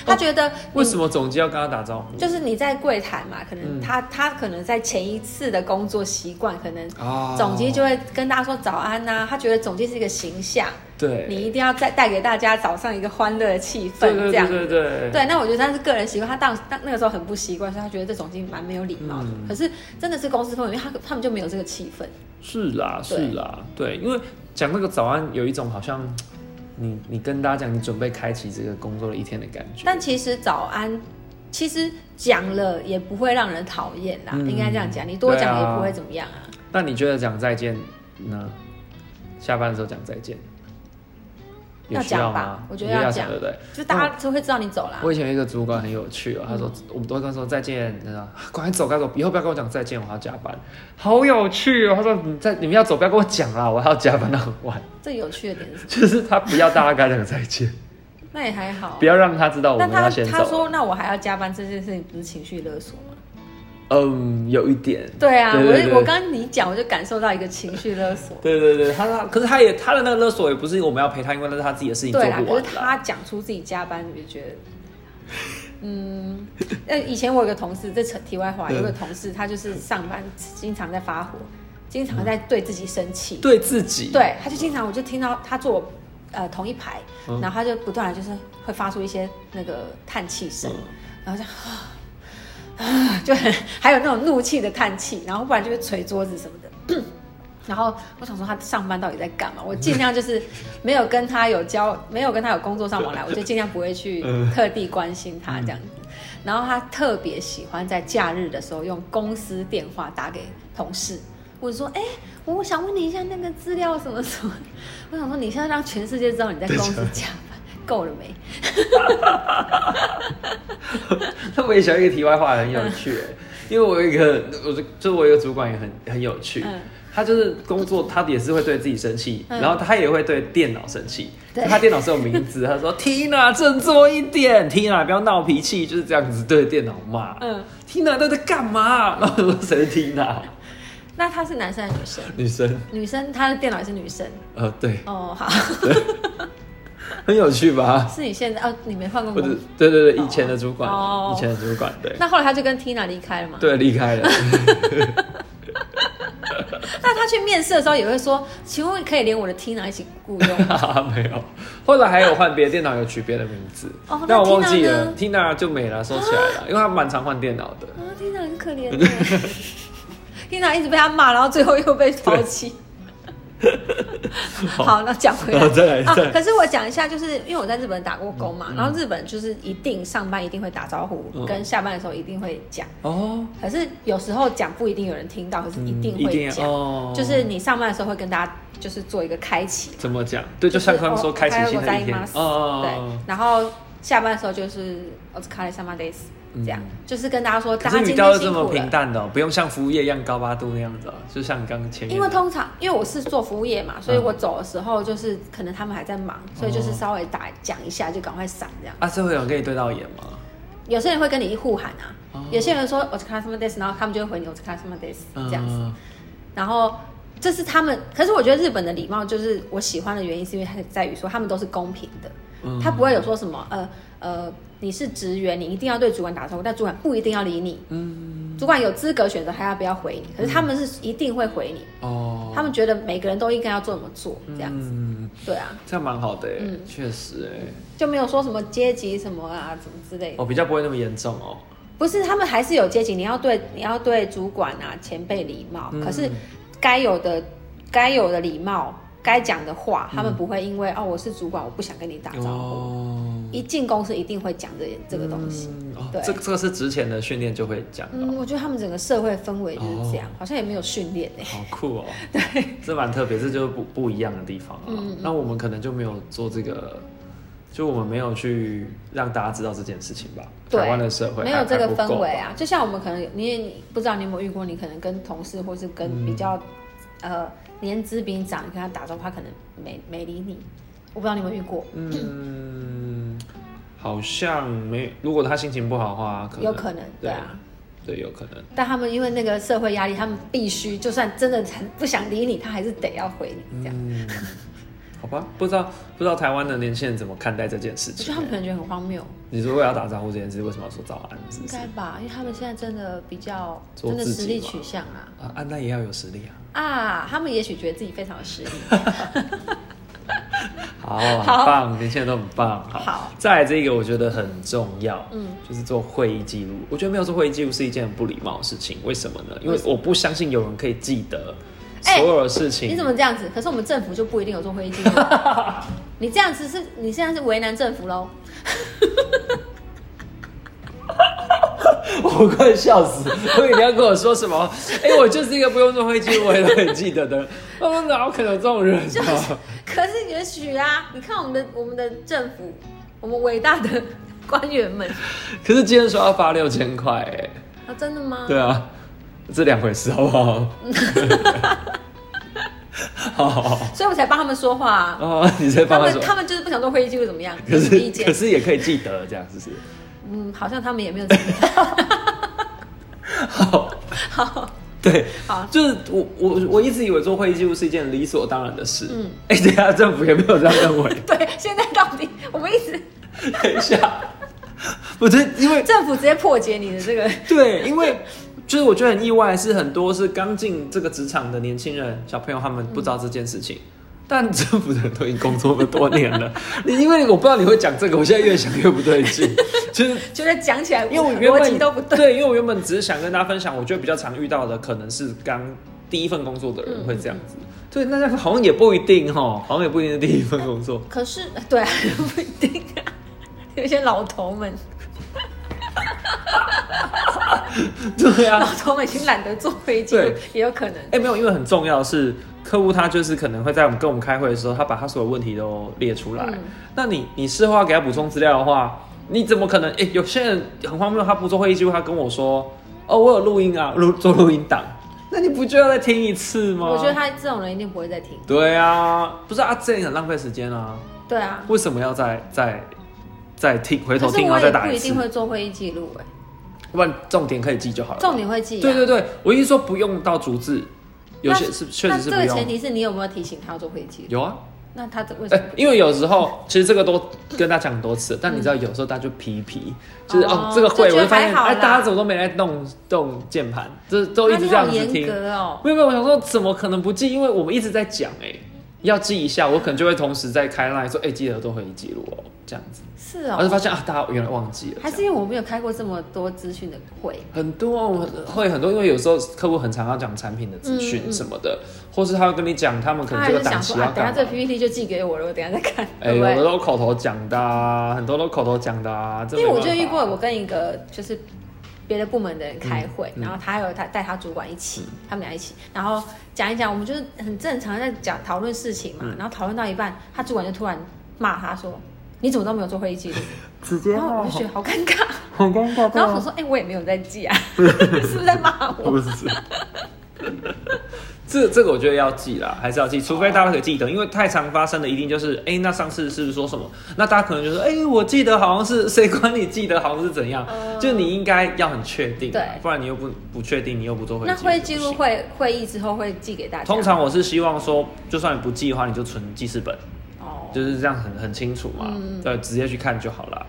[SPEAKER 2] 他觉得
[SPEAKER 1] 为
[SPEAKER 2] 你
[SPEAKER 1] 什么总监要跟他打招呼？
[SPEAKER 2] 就是你在柜台嘛，可能
[SPEAKER 1] 嗯
[SPEAKER 2] 他、他可能在前一次的工作习惯，可能
[SPEAKER 1] 啊
[SPEAKER 2] 嗯总机就会跟大家说早安呐、他觉得总机是一个形象，
[SPEAKER 1] 对，
[SPEAKER 2] 你一定要再带给大家早上一个欢乐的气
[SPEAKER 1] 对
[SPEAKER 2] 氛，
[SPEAKER 1] 对
[SPEAKER 2] 这样。
[SPEAKER 1] 对对对
[SPEAKER 2] 对，那我觉得他是个人习惯，他当当那个时候很不习惯，所以他觉得这总经理蛮没有礼貌的。
[SPEAKER 1] 嗯
[SPEAKER 2] 可是真的是公司氛围，因为他他们就没有这个气氛。
[SPEAKER 1] 是啦，
[SPEAKER 2] 对
[SPEAKER 1] 是啦，对，因为讲那个早安，有一种好像你你跟大家讲你准备开启这个工作的一天的感觉。
[SPEAKER 2] 但其实早安，其实讲了也不会让人讨厌啦，啊
[SPEAKER 1] 嗯
[SPEAKER 2] 应该这样讲，你多讲
[SPEAKER 1] 对
[SPEAKER 2] 也
[SPEAKER 1] 啊
[SPEAKER 2] 不会怎么样啊。
[SPEAKER 1] 那你觉得讲再见呢？下班的时候讲再见，有
[SPEAKER 2] 要
[SPEAKER 1] 需要
[SPEAKER 2] 讲吧
[SPEAKER 1] 吗？
[SPEAKER 2] 我觉得
[SPEAKER 1] 你
[SPEAKER 2] 要
[SPEAKER 1] 要
[SPEAKER 2] 讲
[SPEAKER 1] 对不对？
[SPEAKER 2] 就大家就会知道你走啦。
[SPEAKER 1] 啊我以前有一个主管很有趣哦，他说、
[SPEAKER 2] 嗯
[SPEAKER 1] 我们都会跟他说再见，那个 [laughs] 赶快走，赶快走，以后不要跟我讲再见，我还要加班，好有趣哦。他说你在你们要走，不要跟我讲啦，我还要加班到很晚， [laughs]
[SPEAKER 2] 最有趣的点是什么，
[SPEAKER 1] 就是他不要大家跟他讲再见，
[SPEAKER 2] 那也还好
[SPEAKER 1] 不。要让他知道我
[SPEAKER 2] 但
[SPEAKER 1] 们
[SPEAKER 2] 哦他
[SPEAKER 1] 要先走
[SPEAKER 2] 他
[SPEAKER 1] 了。
[SPEAKER 2] 说，那我还要加班这件事情，不是情绪勒索吗？
[SPEAKER 1] 嗯，有一点，
[SPEAKER 2] 对啊，
[SPEAKER 1] 对对对
[SPEAKER 2] 我我刚刚你讲，我就感受到一个情绪勒索。
[SPEAKER 1] 对对对，他他可是他也他的那个勒索也不是我们要陪他，因为那是他自己的事情做
[SPEAKER 2] 对啦，啊
[SPEAKER 1] 不
[SPEAKER 2] 可
[SPEAKER 1] 完
[SPEAKER 2] 是
[SPEAKER 1] 啦。
[SPEAKER 2] 他讲出自己加班，我就觉得，嗯， [laughs] 呃，以前我有个同事，这扯题外话，
[SPEAKER 1] 嗯
[SPEAKER 2] 有个同事他就是上班经常在发火，经常在对自己生气，
[SPEAKER 1] 对自己，
[SPEAKER 2] 对，他就经常我就听到他坐我呃同一排，
[SPEAKER 1] 嗯
[SPEAKER 2] 然后他就不断的就是会发出一些那个叹气声，
[SPEAKER 1] 嗯
[SPEAKER 2] 然后就啊， [sighs] 就很还有那种怒气的叹气，然后不然就会捶桌子什么的。 [coughs] 然后我想说他上班到底在干嘛？我尽量就是没有跟他有交，没有跟他有工作上往来，我就尽量不会去
[SPEAKER 1] 嗯
[SPEAKER 2] 特地关心他这样子。然后他特别喜欢在假日的时候用公司电话打给同事，我说：“哎、我想问你一下那个资料什么什么。” [laughs] 我想说你现在让全世界知道你在公司加班，够了没？
[SPEAKER 1] 那 [laughs] 我也想一个题外话很有
[SPEAKER 2] 嗯
[SPEAKER 1] 趣，欸因为我有一个，我就就我有一个主管也很很有趣
[SPEAKER 2] 嗯，
[SPEAKER 1] 他就是工作，他也是会对自己生气，
[SPEAKER 2] 嗯
[SPEAKER 1] 然后他也会对电脑生气。
[SPEAKER 2] 对
[SPEAKER 1] 他电脑是有名字，他
[SPEAKER 2] [laughs]
[SPEAKER 1] 说 Tina 振作一点，Tina 不要闹脾气，就是这样子对电脑骂。
[SPEAKER 2] 嗯
[SPEAKER 1] Tina 都在干嘛？然后我说谁是
[SPEAKER 2] [laughs]
[SPEAKER 1] Tina？
[SPEAKER 2] 那他是男生还是女生？
[SPEAKER 1] 女生，
[SPEAKER 2] 女生，他的电脑也是女生。
[SPEAKER 1] 呃，对，
[SPEAKER 2] 哦，好，
[SPEAKER 1] 很有趣吧？
[SPEAKER 2] [laughs] 是你现在哦，你没换过
[SPEAKER 1] 或者
[SPEAKER 2] 工。
[SPEAKER 1] 对对对，以前的主管，
[SPEAKER 2] 哦
[SPEAKER 1] 以前的主管，对
[SPEAKER 2] 那后来他就跟 Tina 离开了嘛？。
[SPEAKER 1] 对，离开了。
[SPEAKER 2] 那他去面试的时候也会说：“请问可以连我的 Tina 一起雇
[SPEAKER 1] [laughs]
[SPEAKER 2] 佣啊吗
[SPEAKER 1] 没有，后来还有换别的电脑，有取别的名字，
[SPEAKER 2] 哦
[SPEAKER 1] 但
[SPEAKER 2] 那
[SPEAKER 1] 我忘记
[SPEAKER 2] Tina
[SPEAKER 1] 了
[SPEAKER 2] 呢
[SPEAKER 1] ，Tina 就没了，收起来
[SPEAKER 2] [gasps]
[SPEAKER 1] 了，因为他蛮常换电脑的？”。
[SPEAKER 2] 啊，Tina 很可怜的 [laughs] ，Tina 一直被他骂，然后最后又被抛弃。 [laughs] 好，那讲回来
[SPEAKER 1] 好，再来
[SPEAKER 2] 啊
[SPEAKER 1] 再来。
[SPEAKER 2] 可是我讲一下，就是因为我在日本打过工嘛，然后日本就是一定上班一定会打招呼，
[SPEAKER 1] 嗯
[SPEAKER 2] 跟下班的时候一定会讲。
[SPEAKER 1] 哦，
[SPEAKER 2] 可是有时候讲不一定有人听到，可是一定
[SPEAKER 1] 嗯一
[SPEAKER 2] 会
[SPEAKER 1] 定
[SPEAKER 2] 讲。
[SPEAKER 1] 哦，
[SPEAKER 2] 就是你上班的时候会跟大家就是做一个开启，
[SPEAKER 1] 怎么讲？对，
[SPEAKER 2] 就
[SPEAKER 1] 就是像刚刚说
[SPEAKER 2] 哦
[SPEAKER 1] 开
[SPEAKER 2] おは
[SPEAKER 1] 启
[SPEAKER 2] よう
[SPEAKER 1] 新
[SPEAKER 2] ご
[SPEAKER 1] 的
[SPEAKER 2] ざい
[SPEAKER 1] 一天
[SPEAKER 2] ます，
[SPEAKER 1] 哦
[SPEAKER 2] 对，，然后下班的时候就是お疲れ様です，这样、就是跟大家说
[SPEAKER 1] 嗯可
[SPEAKER 2] 大家
[SPEAKER 1] 是
[SPEAKER 2] 今
[SPEAKER 1] 语调
[SPEAKER 2] 天
[SPEAKER 1] 是这
[SPEAKER 2] 辛
[SPEAKER 1] 么
[SPEAKER 2] 苦
[SPEAKER 1] 平
[SPEAKER 2] 了。
[SPEAKER 1] 淡的哦，不用像服务业一样高八度那样子哦，就像刚前面
[SPEAKER 2] 因为通常因为我是做服务业嘛，所以我走的时候就是可能他们还在
[SPEAKER 1] 哦
[SPEAKER 2] 忙，所以就是稍微打讲一下就赶快闪这样。
[SPEAKER 1] 啊，最后有人跟你对到眼吗？
[SPEAKER 2] 有些人会跟你互喊啊，
[SPEAKER 1] 哦
[SPEAKER 2] 有些人说我是 customer this，然后他们就会回你我是 customer this 这样子。
[SPEAKER 1] 嗯
[SPEAKER 2] 然后这是他们，可是我觉得日本的礼貌就是我喜欢的原因，是因为它在于说他们都是公平的，
[SPEAKER 1] 嗯
[SPEAKER 2] 他不会有说什么呃呃，你是职员，你一定要对主管打招呼，但主管不一定要理你，嗯，主管有资格选择他要不要回
[SPEAKER 1] 嗯
[SPEAKER 2] 你，可是他们是一定会回你，
[SPEAKER 1] 哦，
[SPEAKER 2] 他们觉得每个人都应该要这么做，这样子，
[SPEAKER 1] 嗯，
[SPEAKER 2] 对啊，
[SPEAKER 1] 这样蛮好的耶，
[SPEAKER 2] 嗯
[SPEAKER 1] 确实哎，
[SPEAKER 2] 就没有说什么阶级什么啊，什么之类的。
[SPEAKER 1] 哦，比较不会那么严重哦，
[SPEAKER 2] 不是，他们还是有阶级，你要对你要对主管啊前辈礼貌，
[SPEAKER 1] 嗯
[SPEAKER 2] 可是该有的该有的礼貌，该讲的话，他们不会因为、哦我是主管，我不想跟你打招呼。
[SPEAKER 1] 哦。
[SPEAKER 2] 一进公司一定会讲这这个东西。
[SPEAKER 1] 嗯哦
[SPEAKER 2] 对
[SPEAKER 1] 这这个是之前的训练就会讲到，
[SPEAKER 2] 嗯，我觉得他们整个社会氛围就是这样，
[SPEAKER 1] 哦
[SPEAKER 2] 好像也没有训练欸呢。
[SPEAKER 1] 好酷
[SPEAKER 2] [laughs]
[SPEAKER 1] 哦，对，这蛮特别，这就是不不一样的地方啊。
[SPEAKER 2] 嗯
[SPEAKER 1] 那我们可能就没有做这个，就我们没有去让大家知道这件事情吧。
[SPEAKER 2] 对
[SPEAKER 1] 台湾的社会
[SPEAKER 2] 没有这个氛围
[SPEAKER 1] 啊。
[SPEAKER 2] 啊。就像我们可能有你也你不知道你有没有遇过，你可能跟同事或是
[SPEAKER 1] 嗯
[SPEAKER 2] 跟比较、呃年资比你长，你跟他打招呼，他可能没没理你。我不知道你有没有遇过，
[SPEAKER 1] 嗯，好像没，如果他心情不好的话，可能
[SPEAKER 2] 有可能对啊，
[SPEAKER 1] 对，有可能。
[SPEAKER 2] 但他们因为那个社会压力，他们必须就算真的很不想理你，他还是得要回你这样。
[SPEAKER 1] 嗯，好吧，不知道不知道台湾的年轻人怎么看待这件事
[SPEAKER 2] 我觉得
[SPEAKER 1] 情
[SPEAKER 2] 他。们可能觉得很荒谬，
[SPEAKER 1] 你说为了要打招呼这件事，为什么要说早安？是
[SPEAKER 2] 应
[SPEAKER 1] 不是
[SPEAKER 2] 该吧？因为他们现在真的比较
[SPEAKER 1] 做
[SPEAKER 2] 真的
[SPEAKER 1] 自
[SPEAKER 2] 实
[SPEAKER 1] 己
[SPEAKER 2] 力
[SPEAKER 1] 嘛
[SPEAKER 2] 取向啊
[SPEAKER 1] 啊，啊，那也要有实力啊。
[SPEAKER 2] 啊，他们也许觉得自己非常有实力。
[SPEAKER 1] 好，很棒，年轻人都很棒。
[SPEAKER 2] 好
[SPEAKER 1] 再来这一个我觉得很重要，嗯
[SPEAKER 2] 嗯，
[SPEAKER 1] 就是做会议记录。我觉得没有做会议记录是一件很不礼貌的事情，为什么呢？因为我不相信有人可以记得
[SPEAKER 2] 哎
[SPEAKER 1] 所有的事情。
[SPEAKER 2] 你怎么这样子？可是我们政府就不一定有做会议记录。啊
[SPEAKER 1] [laughs]
[SPEAKER 2] 你这样子是，你现在是为难政府喽？
[SPEAKER 1] 我快笑死！我以为你要跟我说什
[SPEAKER 2] [laughs]
[SPEAKER 1] 么？哎、我就是一个不用做会议记录，我也都很记得的人。我说哪有可能有这种人啊？
[SPEAKER 2] [laughs] 可是也许啊，你看我们的我们的政府，我们伟大的官员们
[SPEAKER 1] 可是今天说要发六千块，哎，
[SPEAKER 2] 啊，真的吗？
[SPEAKER 1] 对啊，这两回事好不
[SPEAKER 2] [laughs]
[SPEAKER 1] 好？好好
[SPEAKER 2] [laughs]
[SPEAKER 1] 好
[SPEAKER 2] 所以我才帮他们说话啊。
[SPEAKER 1] 哦，你在
[SPEAKER 2] 他
[SPEAKER 1] 帮
[SPEAKER 2] 们
[SPEAKER 1] 说。
[SPEAKER 2] 他们就是不想做会议记录，怎么样？
[SPEAKER 1] 可
[SPEAKER 2] 有什
[SPEAKER 1] 是
[SPEAKER 2] 么意见
[SPEAKER 1] 可是也可以记得这样，是不是？
[SPEAKER 2] 嗯，好像他们也没有怎么样。 [laughs]
[SPEAKER 1] 好，
[SPEAKER 2] 好，
[SPEAKER 1] 对，
[SPEAKER 2] 好
[SPEAKER 1] 就是我我我一直以为做会议记录是一件理所当然的事。嗯
[SPEAKER 2] 嗯，
[SPEAKER 1] 哎、等一下政府也没有这样认
[SPEAKER 2] [laughs]
[SPEAKER 1] 为。
[SPEAKER 2] 对，现在到底我们一直
[SPEAKER 1] 等一下，我觉得因为
[SPEAKER 2] 政府直接破解你的这个，
[SPEAKER 1] 对，因为就是我觉得很意外，是很多是刚进这个职场的年轻人小朋友，他们不知
[SPEAKER 2] 嗯
[SPEAKER 1] 道这件事情。但政府的人都已经工作那么多年了， [laughs] 你因为我不知道你会讲这个，我现在越想越不对劲， [laughs] 就是
[SPEAKER 2] 觉得讲起来
[SPEAKER 1] [laughs] 因为我原本
[SPEAKER 2] 逻辑都不对。
[SPEAKER 1] 对，因为我原本只是想跟大家分享，我觉得比较常遇到的可能是刚第一份工作的人会这样
[SPEAKER 2] 嗯
[SPEAKER 1] 子。对，那这样好像也不一定哦，好像也不一定是第一份工
[SPEAKER 2] [laughs]
[SPEAKER 1] 作。
[SPEAKER 2] 可是对啊，不一定啊，有一些老头们，
[SPEAKER 1] 对
[SPEAKER 2] 老
[SPEAKER 1] 啊，
[SPEAKER 2] 头们已经懒得做会议记录
[SPEAKER 1] 对，
[SPEAKER 2] 也有可能。
[SPEAKER 1] 哎、没有，因为很重要的是，客户他就是可能会在我们跟我们开会的时候，他把他所有问题都列出来。
[SPEAKER 2] 嗯
[SPEAKER 1] 那你你事后要给他补充资料的话，你怎么可能？哎、有些人很荒谬，他不做会议记录，他跟我说：“哦，我有录音啊，录做录音档。”那你不就要再听一次吗？
[SPEAKER 2] 我觉得他这种人一定不会再听。
[SPEAKER 1] 对啊，不是啊，这也很浪费时间啊。
[SPEAKER 2] 对啊，
[SPEAKER 1] 为什么要再再再听回
[SPEAKER 2] 可
[SPEAKER 1] 头
[SPEAKER 2] 是
[SPEAKER 1] 听，然
[SPEAKER 2] 我
[SPEAKER 1] 后再
[SPEAKER 2] 也
[SPEAKER 1] 打
[SPEAKER 2] 不
[SPEAKER 1] 一
[SPEAKER 2] 一
[SPEAKER 1] 次
[SPEAKER 2] 定？会做会议记录哎，
[SPEAKER 1] 不然重点可以记就好了。
[SPEAKER 2] 重点会记、啊。
[SPEAKER 1] 对对对，我一直说不用到逐字，有些是确
[SPEAKER 2] 那
[SPEAKER 1] 实是
[SPEAKER 2] 这
[SPEAKER 1] 不
[SPEAKER 2] 个前
[SPEAKER 1] 用。
[SPEAKER 2] 提是你有没有提醒他要做会议记录？
[SPEAKER 1] 有啊，
[SPEAKER 2] 那他为
[SPEAKER 1] 哎、
[SPEAKER 2] 什么不？
[SPEAKER 1] 因为有时候其实这个都跟大家讲很多次，但你知道有时候大家就皮皮，就是哦
[SPEAKER 2] 嗯哦
[SPEAKER 1] 这个会
[SPEAKER 2] 就觉
[SPEAKER 1] 我
[SPEAKER 2] 得
[SPEAKER 1] 就发现
[SPEAKER 2] 还好啦
[SPEAKER 1] 哎大家怎么都没来动动键盘，这都一
[SPEAKER 2] 那
[SPEAKER 1] 直
[SPEAKER 2] 你
[SPEAKER 1] 这样
[SPEAKER 2] 好
[SPEAKER 1] 子听
[SPEAKER 2] 严。格哦。
[SPEAKER 1] 没有没有，我想说怎么可能不记？因为我们一直在讲哎、要记一下，我可能就会同时在开 line 说哎、记得都会记录哦，这样子，
[SPEAKER 2] 是
[SPEAKER 1] 然后就
[SPEAKER 2] 哦，
[SPEAKER 1] 发现啊大家原来忘记了，这
[SPEAKER 2] 还
[SPEAKER 1] 样
[SPEAKER 2] 是因为我没有开过这么多资讯的会。
[SPEAKER 1] 很多啊我会很多，因为有时候客户很常要讲产品的资
[SPEAKER 2] 嗯
[SPEAKER 1] 讯
[SPEAKER 2] 嗯
[SPEAKER 1] 什么的，或是他要跟你讲他们可能
[SPEAKER 2] 他还
[SPEAKER 1] 这个
[SPEAKER 2] 是
[SPEAKER 1] 档
[SPEAKER 2] 想
[SPEAKER 1] 期
[SPEAKER 2] 说
[SPEAKER 1] 要
[SPEAKER 2] 啊，等下
[SPEAKER 1] 干
[SPEAKER 2] 这
[SPEAKER 1] 嘛
[SPEAKER 2] 个。PPT 就寄给我了，我等下再看，
[SPEAKER 1] 哎、
[SPEAKER 2] 对不
[SPEAKER 1] 有的
[SPEAKER 2] 对？
[SPEAKER 1] 都口头讲的、啊，很多都口头讲的、啊，这
[SPEAKER 2] 因为我
[SPEAKER 1] 没办
[SPEAKER 2] 就
[SPEAKER 1] 法
[SPEAKER 2] 遇过，我跟一个就是别的部门的人开会，
[SPEAKER 1] 嗯嗯嗯
[SPEAKER 2] 然后他还有他带他主管一起，他们俩一起，然后讲一讲，我们就是很正常在讲讨论事情
[SPEAKER 1] 嗯
[SPEAKER 2] 嘛，然后讨论到一半，他主管就突然骂他说：“你怎么都没有做会议记录
[SPEAKER 1] [laughs] 直？”接哦
[SPEAKER 2] 然后我就觉得好尴尬，
[SPEAKER 1] 很尴尬
[SPEAKER 2] 然后我说：“哎、我也没有在
[SPEAKER 1] [laughs]
[SPEAKER 2] 记啊，是不是在骂我
[SPEAKER 1] 不是。这这个我觉得要记啦，还是要记，除非大家可以记得，因为太常发生的一定就是，哎、那上次是不是说什么？那大家可能就说，哎、我记得好像是谁管你记得好像是怎样？
[SPEAKER 2] 嗯
[SPEAKER 1] 就你应该要很确定啊，
[SPEAKER 2] 对
[SPEAKER 1] 不然你又不不确定，你又不做？”会
[SPEAKER 2] 那会议记
[SPEAKER 1] 就
[SPEAKER 2] 录
[SPEAKER 1] 不行
[SPEAKER 2] 会会议之后会寄给大家，
[SPEAKER 1] 通常我是希望说，就算你不记的话，你就存记事本，
[SPEAKER 2] 哦，
[SPEAKER 1] 就是这样很很清楚嘛，
[SPEAKER 2] 嗯
[SPEAKER 1] 对，直接去看就好啦。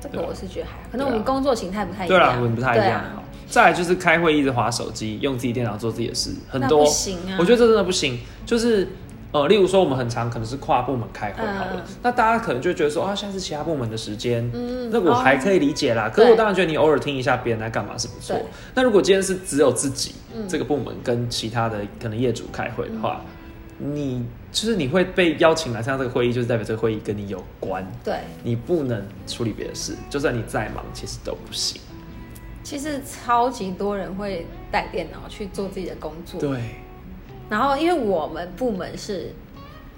[SPEAKER 2] 这
[SPEAKER 1] 对
[SPEAKER 2] 个
[SPEAKER 1] 啊
[SPEAKER 2] 我是觉得还好，可能
[SPEAKER 1] 对啊
[SPEAKER 2] 我们工作形态不太一
[SPEAKER 1] 对
[SPEAKER 2] 样，
[SPEAKER 1] 啦，我们不太一
[SPEAKER 2] 对
[SPEAKER 1] 样。
[SPEAKER 2] 啊
[SPEAKER 1] 好再来就是开会一直划手机，用自己电脑做自己的事，很
[SPEAKER 2] 那
[SPEAKER 1] 多。
[SPEAKER 2] 不行啊
[SPEAKER 1] 我觉得这真的不行。就是呃，例如说我们很常可能是跨部门开会好了，
[SPEAKER 2] 嗯
[SPEAKER 1] 那大家可能就觉得说啊，现在是其他部门的时间，
[SPEAKER 2] 嗯
[SPEAKER 1] 那我还可以理解啦。可是
[SPEAKER 2] 对
[SPEAKER 1] 我当然觉得你偶尔听一下别人在干嘛是不错
[SPEAKER 2] 对。
[SPEAKER 1] 那如果今天是只有自己、这个部门跟其他的可能业主开会的话，
[SPEAKER 2] 嗯
[SPEAKER 1] 你就是你会被邀请来参加这个会议，就是代表这个会议跟你有关。
[SPEAKER 2] 对。
[SPEAKER 1] 你不能处理别的事，就算你再忙，其实都不行。
[SPEAKER 2] 其实超级多人会带电脑去做自己的工作，
[SPEAKER 1] 对，
[SPEAKER 2] 然后因为我们部门是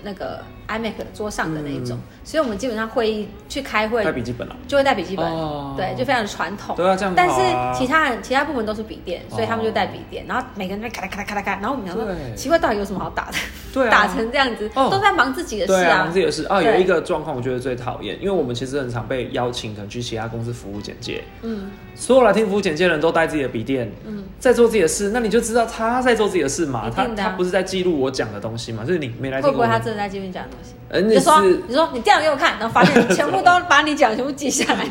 [SPEAKER 2] 那个 iMac 桌上的那一种，所以我们基本上会议去开会
[SPEAKER 1] 带笔记本啊了、
[SPEAKER 2] 就会带笔记本，
[SPEAKER 1] 哦
[SPEAKER 2] 对，就非常的传统。
[SPEAKER 1] 对啊，这样、啊。
[SPEAKER 2] 但是其他人其他部门都是笔电，
[SPEAKER 1] 哦
[SPEAKER 2] 所以他们就带笔电，然后每个人在咔啦咔啦咔啦咔啦，然后我们想
[SPEAKER 1] 对
[SPEAKER 2] 说奇怪，到底有什么好打的？
[SPEAKER 1] 对啊
[SPEAKER 2] 打成这样子，
[SPEAKER 1] 哦
[SPEAKER 2] 都在忙自己的事
[SPEAKER 1] 对啊，
[SPEAKER 2] 啊
[SPEAKER 1] 我。自己也是啊。
[SPEAKER 2] 对
[SPEAKER 1] 有一个状况我觉得最讨厌，因为我们其实很常被邀请，可能去其他公司服务简介，
[SPEAKER 2] 嗯
[SPEAKER 1] 所有来听服务简介的人都带自己的笔电，
[SPEAKER 2] 嗯，
[SPEAKER 1] 在做自己的事，那你就知道他在做自己的事嘛。
[SPEAKER 2] 一
[SPEAKER 1] 他
[SPEAKER 2] 定的啊
[SPEAKER 1] 他不是在记录我讲的东西嘛？就是你没来听
[SPEAKER 2] 会不
[SPEAKER 1] 我
[SPEAKER 2] 会他
[SPEAKER 1] 们，
[SPEAKER 2] 真的在这边讲东西？
[SPEAKER 1] 呃，
[SPEAKER 2] 你
[SPEAKER 1] 你
[SPEAKER 2] 就说
[SPEAKER 1] 是
[SPEAKER 2] 你说你电脑给我看，然后发现全部都把你讲的全部记下来。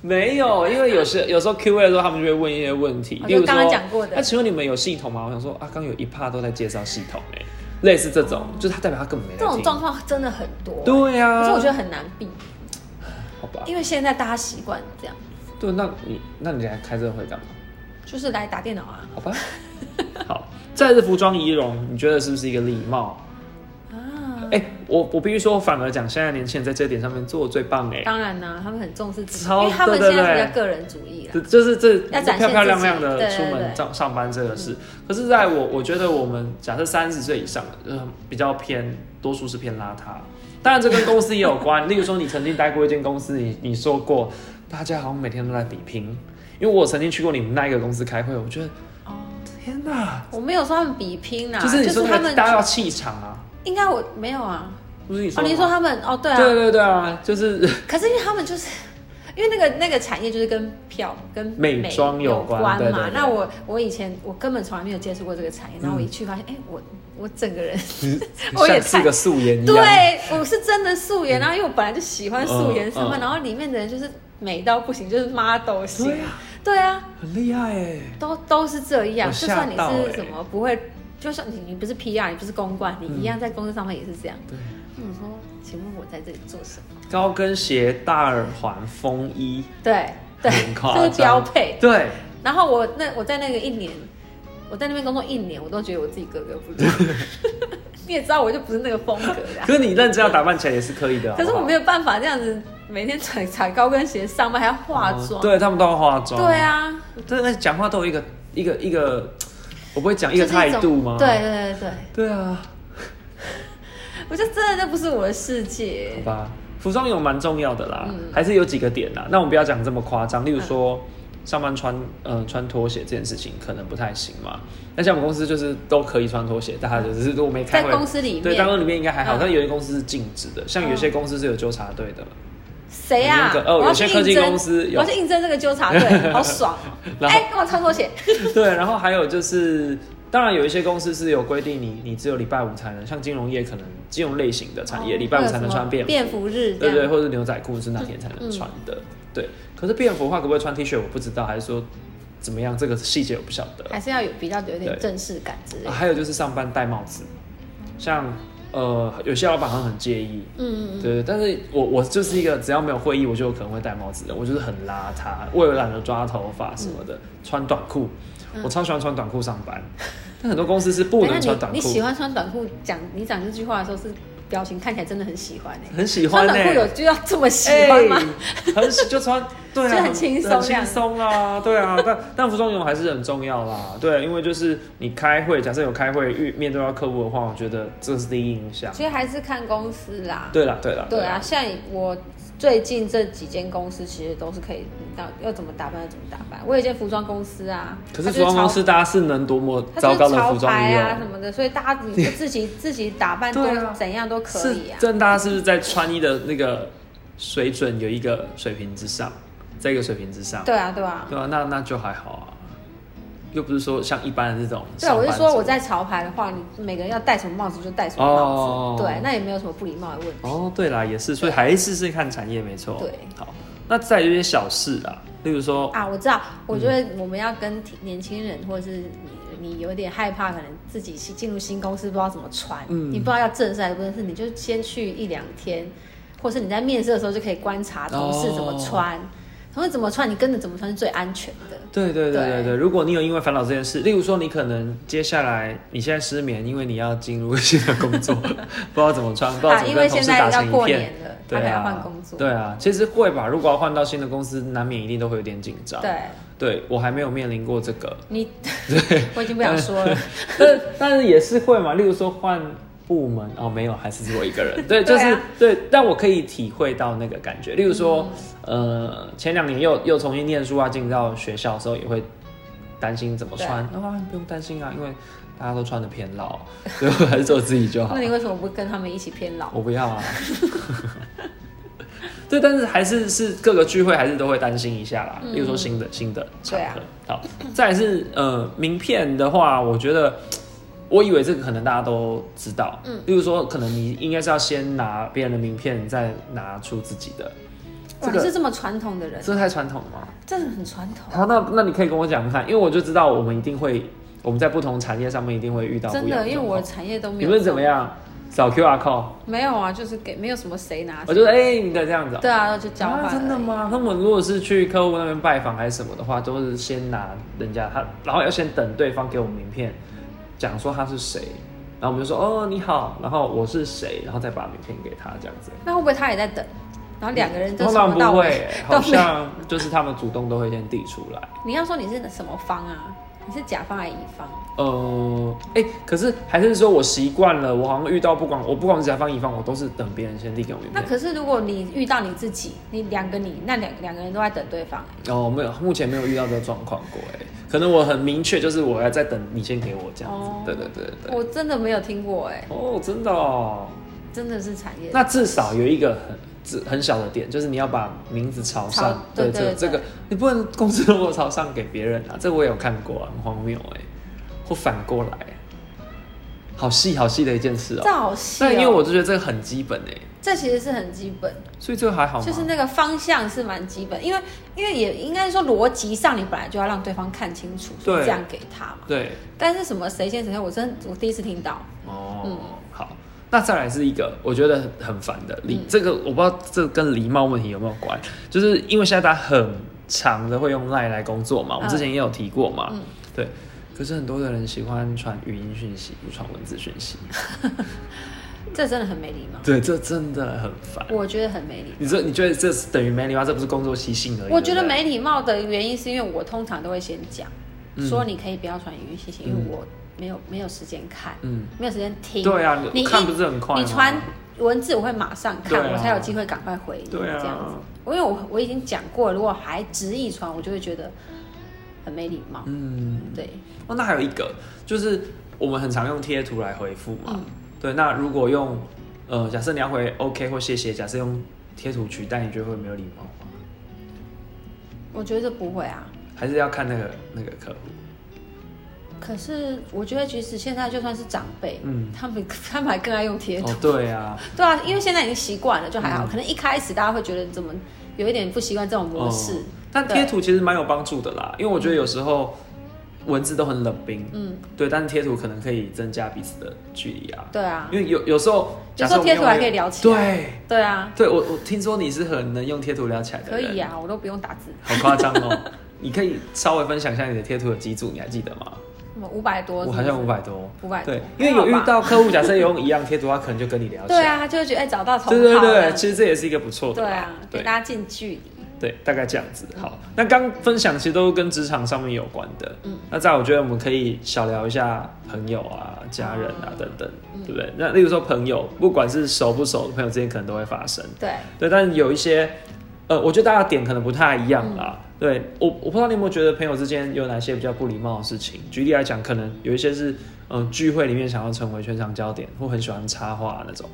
[SPEAKER 1] 没有，因为有时有时候 Q A 的时候，他们就会问一些问题，
[SPEAKER 2] 哦
[SPEAKER 1] 例如说，
[SPEAKER 2] 就刚刚讲过的
[SPEAKER 1] 那请问你们有系统吗？我想说啊，刚有一 part 都在介绍系统哎、类似这种，就是他代表他根本没来
[SPEAKER 2] 这种
[SPEAKER 1] 听
[SPEAKER 2] 状况真的很多，
[SPEAKER 1] 对呀、啊，
[SPEAKER 2] 可是我觉得很难避，
[SPEAKER 1] 好吧，
[SPEAKER 2] 因为现在大家习惯这样，
[SPEAKER 1] 对，那你那你来开这个会干嘛？
[SPEAKER 2] 就是来打电脑啊
[SPEAKER 1] 好吧， [laughs] 好，再来是服装仪容，你觉得是不是一个礼貌？
[SPEAKER 2] 啊！
[SPEAKER 1] 哎、我我必须说，我反而讲现在年轻人在这点上面做的最棒哎、
[SPEAKER 2] 当然啦、他们很重视自己，因
[SPEAKER 1] 超
[SPEAKER 2] 为他们
[SPEAKER 1] 对对
[SPEAKER 2] 现在
[SPEAKER 1] 对
[SPEAKER 2] 比较个人主义啦。
[SPEAKER 1] 这就是这
[SPEAKER 2] 要展现
[SPEAKER 1] 漂漂亮亮
[SPEAKER 2] 自己
[SPEAKER 1] 的
[SPEAKER 2] 对
[SPEAKER 1] 出
[SPEAKER 2] 对对嗯
[SPEAKER 1] 门上上班这个事。可是，在我我觉得我们假设三十岁以上，嗯、比较偏多数是偏邋遢。当然，这跟公司也有
[SPEAKER 2] [laughs]
[SPEAKER 1] 关。例如说，你曾经待过一间公司，你你说过，大家好像每天都在比拼。因为我曾经去过你们那一个公司开会，我觉得
[SPEAKER 2] 哦，
[SPEAKER 1] 天哪，
[SPEAKER 2] 我没有说他们比拼啦，
[SPEAKER 1] 就是你说
[SPEAKER 2] 啊他
[SPEAKER 1] 那个
[SPEAKER 2] 们
[SPEAKER 1] 大家要气场啊，
[SPEAKER 2] 应该我没有啊。
[SPEAKER 1] 不是你说的
[SPEAKER 2] 哦，
[SPEAKER 1] 吗？
[SPEAKER 2] 你说他们哦，对啊，
[SPEAKER 1] 对对对啊，就是
[SPEAKER 2] 可是因为他们就是。因为那个那个产业就是跟票跟
[SPEAKER 1] 美妆有
[SPEAKER 2] 有
[SPEAKER 1] 关
[SPEAKER 2] 嘛，
[SPEAKER 1] 对对对
[SPEAKER 2] 那我我以前我根本从来没有接触过这个产业，然后我一去发现，哎、我我整个人我
[SPEAKER 1] [laughs] 像
[SPEAKER 2] 也太
[SPEAKER 1] 是个素颜一样。嗯
[SPEAKER 2] 对，我是真的素颜，然后因为我本来就喜欢素颜上班，
[SPEAKER 1] 嗯嗯
[SPEAKER 2] 然后里面的人就是美到不行，就是 model 型，
[SPEAKER 1] 对啊，
[SPEAKER 2] 对啊，
[SPEAKER 1] 很厉害哎。
[SPEAKER 2] 都都是这样。
[SPEAKER 1] 我
[SPEAKER 2] 就
[SPEAKER 1] 吓
[SPEAKER 2] 算你
[SPEAKER 1] 到
[SPEAKER 2] 是
[SPEAKER 1] 欸嗯
[SPEAKER 2] 什么不会，就算你你不是 PR，你不是公关，你一样在公司上班也是这样。
[SPEAKER 1] 对。
[SPEAKER 2] 嗯，说，请问我在这里做什么？
[SPEAKER 1] 高跟鞋、大耳环、风衣，
[SPEAKER 2] 对对，
[SPEAKER 1] 很夸
[SPEAKER 2] 这
[SPEAKER 1] 张
[SPEAKER 2] 是标配。
[SPEAKER 1] 对，
[SPEAKER 2] 然后我那我在那个一年，我在那边工作一年，我都觉得我自己格格不入。 [laughs] 你也知道，我就不是那个风格的啊、
[SPEAKER 1] 可是你认真要打扮起来也是可以的。
[SPEAKER 2] 可是我没
[SPEAKER 1] 有
[SPEAKER 2] 有办法这样子，每天踩踩高跟鞋上班，还要化妆。
[SPEAKER 1] 哦对他们都要化妆。
[SPEAKER 2] 对，啊，
[SPEAKER 1] 真的讲话都有一个一个一个，我不会讲一
[SPEAKER 2] 就
[SPEAKER 1] 个
[SPEAKER 2] 是
[SPEAKER 1] 态
[SPEAKER 2] 种
[SPEAKER 1] 度吗？
[SPEAKER 2] 对对对对，
[SPEAKER 1] 对啊，
[SPEAKER 2] 我就真的那不是我的世界
[SPEAKER 1] 好。吧，服装有蛮重要的啦，
[SPEAKER 2] 嗯
[SPEAKER 1] 还是有几个点啦。那我们不要讲这么夸张，例如说。上班穿呃穿拖鞋这件事情可能不太行嘛，那像我们公司就是都可以穿拖鞋，大家就是如果没开
[SPEAKER 2] 在
[SPEAKER 1] 会，
[SPEAKER 2] 公司里
[SPEAKER 1] 对，当中
[SPEAKER 2] 面，
[SPEAKER 1] 里面应该还好，
[SPEAKER 2] 嗯
[SPEAKER 1] 但有些公司是禁止的，像有些公司是有纠察队
[SPEAKER 2] [laughs]
[SPEAKER 1] 的嘛，
[SPEAKER 2] 谁啊
[SPEAKER 1] 很严？格哦
[SPEAKER 2] 我要去
[SPEAKER 1] 有些科技
[SPEAKER 2] 应征
[SPEAKER 1] 公司有
[SPEAKER 2] 我要去应征这个纠察队，好爽哦！
[SPEAKER 1] [laughs] 然后
[SPEAKER 2] 哎，跟我穿拖鞋，
[SPEAKER 1] 对，然后还有就是，当然有一些公司是有规定你，你只有礼拜五才能，像金融业可能金融类型的产
[SPEAKER 2] 哦
[SPEAKER 1] 业，礼、拜五才能穿便服，
[SPEAKER 2] 便服日，
[SPEAKER 1] 对
[SPEAKER 2] 这
[SPEAKER 1] 对，
[SPEAKER 2] 样
[SPEAKER 1] 或者牛仔裤是那天才能穿的，
[SPEAKER 2] 嗯
[SPEAKER 1] 对。可是便服的话，可不可以穿 T 恤，我不知道，还是说怎么样，这个细节我不晓得。
[SPEAKER 2] 还是要有比较有点
[SPEAKER 1] 对
[SPEAKER 2] 正式感之类
[SPEAKER 1] 啊
[SPEAKER 2] 的。
[SPEAKER 1] 还有就是上班戴帽子，像呃有些老板好像很介意，
[SPEAKER 2] 嗯嗯嗯，
[SPEAKER 1] 对，但是我我就是一个只要没有会议，我就有可能会戴帽子的，我就是很邋遢，我也懒得抓头发什么的，穿短裤，
[SPEAKER 2] 嗯
[SPEAKER 1] 我超喜欢穿短裤上班，但很多公司是不能
[SPEAKER 2] 等一下
[SPEAKER 1] 穿短
[SPEAKER 2] 哎你
[SPEAKER 1] 裤
[SPEAKER 2] 你，喜欢穿短裤？讲你讲这句话的时候是表情看起来真的很喜欢哎。
[SPEAKER 1] 很喜欢
[SPEAKER 2] 穿
[SPEAKER 1] 呢、欸
[SPEAKER 2] 短裤有就要这么喜
[SPEAKER 1] 哎 [laughs]
[SPEAKER 2] 欢吗？
[SPEAKER 1] 很喜就穿，对啊，
[SPEAKER 2] 就很轻松
[SPEAKER 1] 很
[SPEAKER 2] 这样
[SPEAKER 1] 轻松啊，对啊，但但服装用还是很重要啦，对，啊因为就是你开会，假设有开会遇面对到客户的话，我觉得这是第一印象。
[SPEAKER 2] 其实还是看公司啦。
[SPEAKER 1] 对啦，对啦，
[SPEAKER 2] 对啊，，像我最近这几间公司其实都是可以到要怎么打扮就怎么打扮。我有一间服装公司啊，
[SPEAKER 1] 可是
[SPEAKER 2] 它
[SPEAKER 1] 服
[SPEAKER 2] 就
[SPEAKER 1] 装公
[SPEAKER 2] 潮
[SPEAKER 1] 司大家是能多么
[SPEAKER 2] 它
[SPEAKER 1] 糟
[SPEAKER 2] 就
[SPEAKER 1] 糕
[SPEAKER 2] 是
[SPEAKER 1] 的
[SPEAKER 2] 潮
[SPEAKER 1] 服装
[SPEAKER 2] 牌
[SPEAKER 1] 仪
[SPEAKER 2] 啊
[SPEAKER 1] 容
[SPEAKER 2] 什。么的，所以大家你就自己自己打扮都
[SPEAKER 1] 对啊
[SPEAKER 2] 怎样都可以啊
[SPEAKER 1] 是。正大是不是在穿衣的那个水准有一个水平之上，在一个水平之上？
[SPEAKER 2] 对啊，对啊，
[SPEAKER 1] 对啊，那那就还好啊，又不是说像一般的这种
[SPEAKER 2] 对啊，
[SPEAKER 1] 上
[SPEAKER 2] 我
[SPEAKER 1] 班族。
[SPEAKER 2] 是说我在潮牌的话，你每个人要戴什么帽子就戴什么帽
[SPEAKER 1] 哦
[SPEAKER 2] 子，对，那也没有什么不礼貌的问题。
[SPEAKER 1] 哦，对啦，也是，所以还是是看产业没错。
[SPEAKER 2] 对
[SPEAKER 1] 好，那再有一些小事啦，例如说，
[SPEAKER 2] 啊，我知道，
[SPEAKER 1] 嗯
[SPEAKER 2] 我觉得我们要跟年轻人，或者是你，你有点害怕，可能自己新进入新公司不知道怎么穿，
[SPEAKER 1] 嗯
[SPEAKER 2] 你不知道要正式还是不正式，你就先去一两天，或是你在面试的时候就可以观察同事怎么
[SPEAKER 1] 哦
[SPEAKER 2] 穿，同事怎么穿，你跟着怎么穿是最安全的。
[SPEAKER 1] 对对对对
[SPEAKER 2] 对
[SPEAKER 1] 对，如果你有因为烦恼这件事，例如说你可能接下来你现在失眠，因为你要进入新的工
[SPEAKER 2] [laughs]
[SPEAKER 1] 作，不知道怎么穿，不知道
[SPEAKER 2] 啊，
[SPEAKER 1] 怎么
[SPEAKER 2] 因为
[SPEAKER 1] 跟同
[SPEAKER 2] 现
[SPEAKER 1] 事
[SPEAKER 2] 在
[SPEAKER 1] 打
[SPEAKER 2] 要
[SPEAKER 1] 成一
[SPEAKER 2] 过
[SPEAKER 1] 片，
[SPEAKER 2] 年了，他
[SPEAKER 1] 对
[SPEAKER 2] 可能要
[SPEAKER 1] 啊，
[SPEAKER 2] 换工作，
[SPEAKER 1] 对啊，其实会吧。如果要换到新的公司，难免一定都会有点紧张。
[SPEAKER 2] 对
[SPEAKER 1] 对，我还没有面临过这个， [laughs]
[SPEAKER 2] 你，我已经不想说了，
[SPEAKER 1] 但但是也是会嘛。例如说换部门哦，没有，还是只我一个人。对，就
[SPEAKER 2] 对
[SPEAKER 1] 是
[SPEAKER 2] 啊
[SPEAKER 1] 对,、但我可以体会到那个感觉。例如说，呃，前两年又又重新念书啊，进到学校的时候也会担心怎么穿。啊、你不用担心啊，因为大家都穿的偏老， [laughs] 所以我还是做自己 [laughs] 就好
[SPEAKER 2] 那。你为什么不跟他们一起偏老？
[SPEAKER 1] 我不要啊。 [laughs] 对，但是还是是各个聚会还是都会担心一下啦。
[SPEAKER 2] 嗯
[SPEAKER 1] 例如说新的新的场
[SPEAKER 2] 对啊
[SPEAKER 1] 合，好，再来是呃名片的话，我觉得我以为这个可能大家都知道，
[SPEAKER 2] 嗯，
[SPEAKER 1] 例如说可能你应该是要先拿别人的名片，再拿出自己的，这
[SPEAKER 2] 哇，啊你
[SPEAKER 1] 个
[SPEAKER 2] 是这么传统的人，
[SPEAKER 1] 这太传统了吗？
[SPEAKER 2] 真的很传统，
[SPEAKER 1] 好，那那你可以跟我讲看，因为我就知道我们一定会我们在不同产业上面一定会遇到不
[SPEAKER 2] 真
[SPEAKER 1] 一样
[SPEAKER 2] 的，
[SPEAKER 1] 的
[SPEAKER 2] 因为
[SPEAKER 1] 状
[SPEAKER 2] 我
[SPEAKER 1] 况
[SPEAKER 2] 的产业都没
[SPEAKER 1] 你
[SPEAKER 2] 有。
[SPEAKER 1] 们怎么？样扫 QR code？
[SPEAKER 2] 没有啊，就是给没有什么谁拿谁。
[SPEAKER 1] 我觉得哎、你的这样子哦、
[SPEAKER 2] 对啊，就交换而
[SPEAKER 1] 啊
[SPEAKER 2] 已、
[SPEAKER 1] 真的吗？他们如果是去客户那边拜访还是什么的话，都是先拿人家他，然后要先等对方给我们名片，讲说他是谁，然后我们就说哦你好，然后我是谁，然后再把名片给他这样子。
[SPEAKER 2] 那会不会他也在等？然后两个人
[SPEAKER 1] 嗯
[SPEAKER 2] 都
[SPEAKER 1] 通
[SPEAKER 2] 从
[SPEAKER 1] 常
[SPEAKER 2] 头到
[SPEAKER 1] 不
[SPEAKER 2] 尾
[SPEAKER 1] 会，
[SPEAKER 2] 都
[SPEAKER 1] 好
[SPEAKER 2] 没有。
[SPEAKER 1] 像就是他们主动都会先递出来。
[SPEAKER 2] 你要说你是什么方啊？你是甲方还是乙方？
[SPEAKER 1] 呃，哎、可是还是说我习惯了，我好像遇到不管我不管是甲方乙方，我都是等别人先递给我名
[SPEAKER 2] 那
[SPEAKER 1] 片。
[SPEAKER 2] 可是如果你遇到你自己，你两个你，那两两个人都在等对方、
[SPEAKER 1] 哦，没有，目前没有遇到这个状况过哎、可能我很明确，就是我要在等你先给我这样子。
[SPEAKER 2] 哦
[SPEAKER 1] 对对对对对。
[SPEAKER 2] 我真的没有听过哎、
[SPEAKER 1] 哦，真的哦。
[SPEAKER 2] 真的是产业。
[SPEAKER 1] 那至少有一个很只很小的点，就是你要把名字朝上。
[SPEAKER 2] 朝对
[SPEAKER 1] 这
[SPEAKER 2] 对
[SPEAKER 1] 个
[SPEAKER 2] 对
[SPEAKER 1] 这个，你不能公司 logo 朝上给别人啊，这我也有看过啊，很荒谬哎、或反过来，好细好细的一件事哦、
[SPEAKER 2] 这好细、哦
[SPEAKER 1] 但因为我就觉得这个很基本哎、
[SPEAKER 2] 这其实是很基本，
[SPEAKER 1] 所以这个还好吗？
[SPEAKER 2] 就是那个方向是蛮基本，因为因为也应该说逻辑上你本来就要让对方看清楚，所以
[SPEAKER 1] 对
[SPEAKER 2] 这样给他嘛。
[SPEAKER 1] 对
[SPEAKER 2] 但是什么谁先谁后，我真我第一次听到。
[SPEAKER 1] 哦，
[SPEAKER 2] 嗯
[SPEAKER 1] 好。那再来是一个我觉得很很烦的礼，
[SPEAKER 2] 嗯
[SPEAKER 1] 这个我不知道这跟礼貌问题有没有关，就是因为现在大家很长的会用赖来工作嘛，我们之前也有提过嘛，
[SPEAKER 2] 嗯
[SPEAKER 1] 对。可是很多的人喜欢传语音讯息，不传文字讯息， [laughs]
[SPEAKER 2] 这真的很没礼貌，
[SPEAKER 1] 对，这真的很烦。
[SPEAKER 2] 我觉得很没礼貌。
[SPEAKER 1] 你这你觉得这是等于没礼貌？这不是工作习性而已。
[SPEAKER 2] 我觉得
[SPEAKER 1] 对不对
[SPEAKER 2] 没礼貌的原因是因为我通常都会先讲，
[SPEAKER 1] 嗯
[SPEAKER 2] 说你可以不要传语音信息，因为
[SPEAKER 1] 嗯
[SPEAKER 2] 我没有没有时间看，
[SPEAKER 1] 嗯，
[SPEAKER 2] 没有时间听。
[SPEAKER 1] 对啊，
[SPEAKER 2] 你
[SPEAKER 1] 你
[SPEAKER 2] 一
[SPEAKER 1] 看不是很快吗？
[SPEAKER 2] 你传文字我会马上看，
[SPEAKER 1] 对啊
[SPEAKER 2] 我才有机会赶快回你。
[SPEAKER 1] 对啊
[SPEAKER 2] 这样子，因为我我已经讲过，如果还执意传，我就会觉得很没礼貌。
[SPEAKER 1] 嗯，
[SPEAKER 2] 对，
[SPEAKER 1] 哦，那还有一个就是我们很常用贴图来回复嘛。
[SPEAKER 2] 嗯
[SPEAKER 1] 对，那如果用呃，假设你要回 OK 或谢谢，假设用贴图取代，你觉得会没有礼貌吗？
[SPEAKER 2] 我觉得不会啊。
[SPEAKER 1] 还是要看那个那个客户？
[SPEAKER 2] 可是我觉得，即使现在就算是长辈，
[SPEAKER 1] 嗯
[SPEAKER 2] 他们 [laughs] 他们还更爱用贴图。
[SPEAKER 1] 哦，对啊，
[SPEAKER 2] 对啊，因为现在已经习惯了，就还
[SPEAKER 1] 嗯
[SPEAKER 2] 好。可能一开始大家会觉得怎么有一点不习惯这种模式
[SPEAKER 1] 哦，但贴图其实蛮有帮助的啦，因为我觉得有时候文字都很冷冰，
[SPEAKER 2] 嗯，
[SPEAKER 1] 对，但是贴图可能可以增加彼此的距离啊。
[SPEAKER 2] 对啊，
[SPEAKER 1] 因为有有时候，
[SPEAKER 2] 有
[SPEAKER 1] 假
[SPEAKER 2] 时
[SPEAKER 1] 设
[SPEAKER 2] 候
[SPEAKER 1] 我们
[SPEAKER 2] 贴图还可
[SPEAKER 1] 用
[SPEAKER 2] 以
[SPEAKER 1] 一个
[SPEAKER 2] 聊起来
[SPEAKER 1] 对，
[SPEAKER 2] 对啊，
[SPEAKER 1] 对我我听说你是很能用贴图聊起来的
[SPEAKER 2] 可
[SPEAKER 1] 人，
[SPEAKER 2] 以啊，我都不用打字，
[SPEAKER 1] 好夸张哦！你可以稍微分享一下你的贴图有几组，你还记得吗？
[SPEAKER 2] 什么五百多
[SPEAKER 1] 我
[SPEAKER 2] 是不是，
[SPEAKER 1] 好像五百多，
[SPEAKER 2] 五百多
[SPEAKER 1] 对，因为有遇
[SPEAKER 2] 还好吧
[SPEAKER 1] 到客户，假设有用一样贴图，他可能就跟你
[SPEAKER 2] [laughs]
[SPEAKER 1] 聊起
[SPEAKER 2] 对
[SPEAKER 1] 来。
[SPEAKER 2] 啊，他就会觉得哎、找到同好
[SPEAKER 1] 对对
[SPEAKER 2] 这
[SPEAKER 1] 对，
[SPEAKER 2] 样子
[SPEAKER 1] 其实这也是一个不错的
[SPEAKER 2] 对
[SPEAKER 1] 啦。
[SPEAKER 2] 啊，给
[SPEAKER 1] 对
[SPEAKER 2] 大家近距离。
[SPEAKER 1] 对，大概这样子。好，那刚分享其实都跟职场上面有关的。
[SPEAKER 2] 嗯，
[SPEAKER 1] 那再来我觉得我们可以小聊一下朋友啊、家人啊等等，
[SPEAKER 2] 嗯
[SPEAKER 1] 对不对？那例如说朋友，不管是熟不熟的朋友之间，可能都会发生。
[SPEAKER 2] 对，
[SPEAKER 1] 对，但有一些，呃，我觉得大家点可能不太一样
[SPEAKER 2] 嗯
[SPEAKER 1] 啦。对我，我不知道你有没有觉得朋友之间有哪些比较不礼貌的事情？举例来讲，可能有一些是，嗯、聚会里面想要成为全场焦点，或很喜欢插话那种，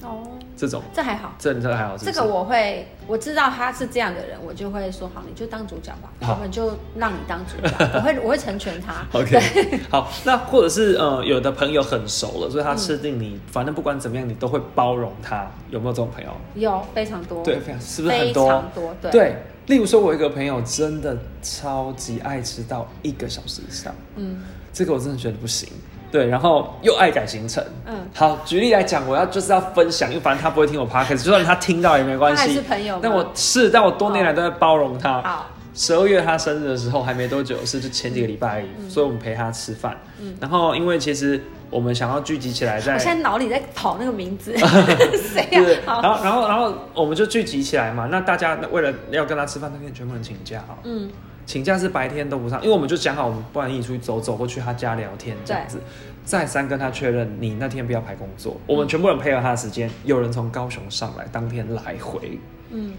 [SPEAKER 2] 哦，
[SPEAKER 1] 这种
[SPEAKER 2] 这还好，
[SPEAKER 1] 这这还好是
[SPEAKER 2] 这
[SPEAKER 1] 不是，
[SPEAKER 2] 个我会，我知道他是这样的人，我就会说好，你就当主角吧，
[SPEAKER 1] 好
[SPEAKER 2] 我们就让你
[SPEAKER 1] [laughs]
[SPEAKER 2] 当主角，我会我会成全他。
[SPEAKER 1] OK，好， [laughs] 那或者是呃，有的朋友很熟了，所
[SPEAKER 2] 嗯
[SPEAKER 1] 以他吃定你，反正不管怎么样，你都会包容他，有没有这种朋友？
[SPEAKER 2] 有非常多，
[SPEAKER 1] 对，非常是不是很
[SPEAKER 2] 非
[SPEAKER 1] 多？
[SPEAKER 2] 常多，对，
[SPEAKER 1] 对，例如说，我有一个朋友真的超级爱迟到一个小时以上，
[SPEAKER 2] 嗯
[SPEAKER 1] 这个我真的觉得不行。对，然后又爱改行程。
[SPEAKER 2] 嗯，
[SPEAKER 1] 好，举例来讲，我要就是要分享，因为反正他不会听我 podcast，就算他听到也没关
[SPEAKER 2] 他还
[SPEAKER 1] 系
[SPEAKER 2] 是。朋友吗，
[SPEAKER 1] 但我是，但我多年来都在包容他。
[SPEAKER 2] 好，
[SPEAKER 1] 十二月他生日的时候还没多久，是就前几个礼拜而已，
[SPEAKER 2] 嗯
[SPEAKER 1] 所以我们陪他吃饭。然后因为其实我们想要聚集起来在，
[SPEAKER 2] 我现在脑里在跑那个
[SPEAKER 1] [laughs]
[SPEAKER 2] 名字，谁呀
[SPEAKER 1] 对？然
[SPEAKER 2] 好，
[SPEAKER 1] 后然后然后我们就聚集起来嘛。那大家为了要跟他吃饭，那天全部人请假好了
[SPEAKER 2] 嗯，
[SPEAKER 1] 请假是白天都不上，因为我们就讲好，我们不然一起出去走走，或去他家聊天这样子。再三跟他确认你那天不要排工作。我们全部人配合他的时间，有人从高雄上来，当天来回，
[SPEAKER 2] 嗯，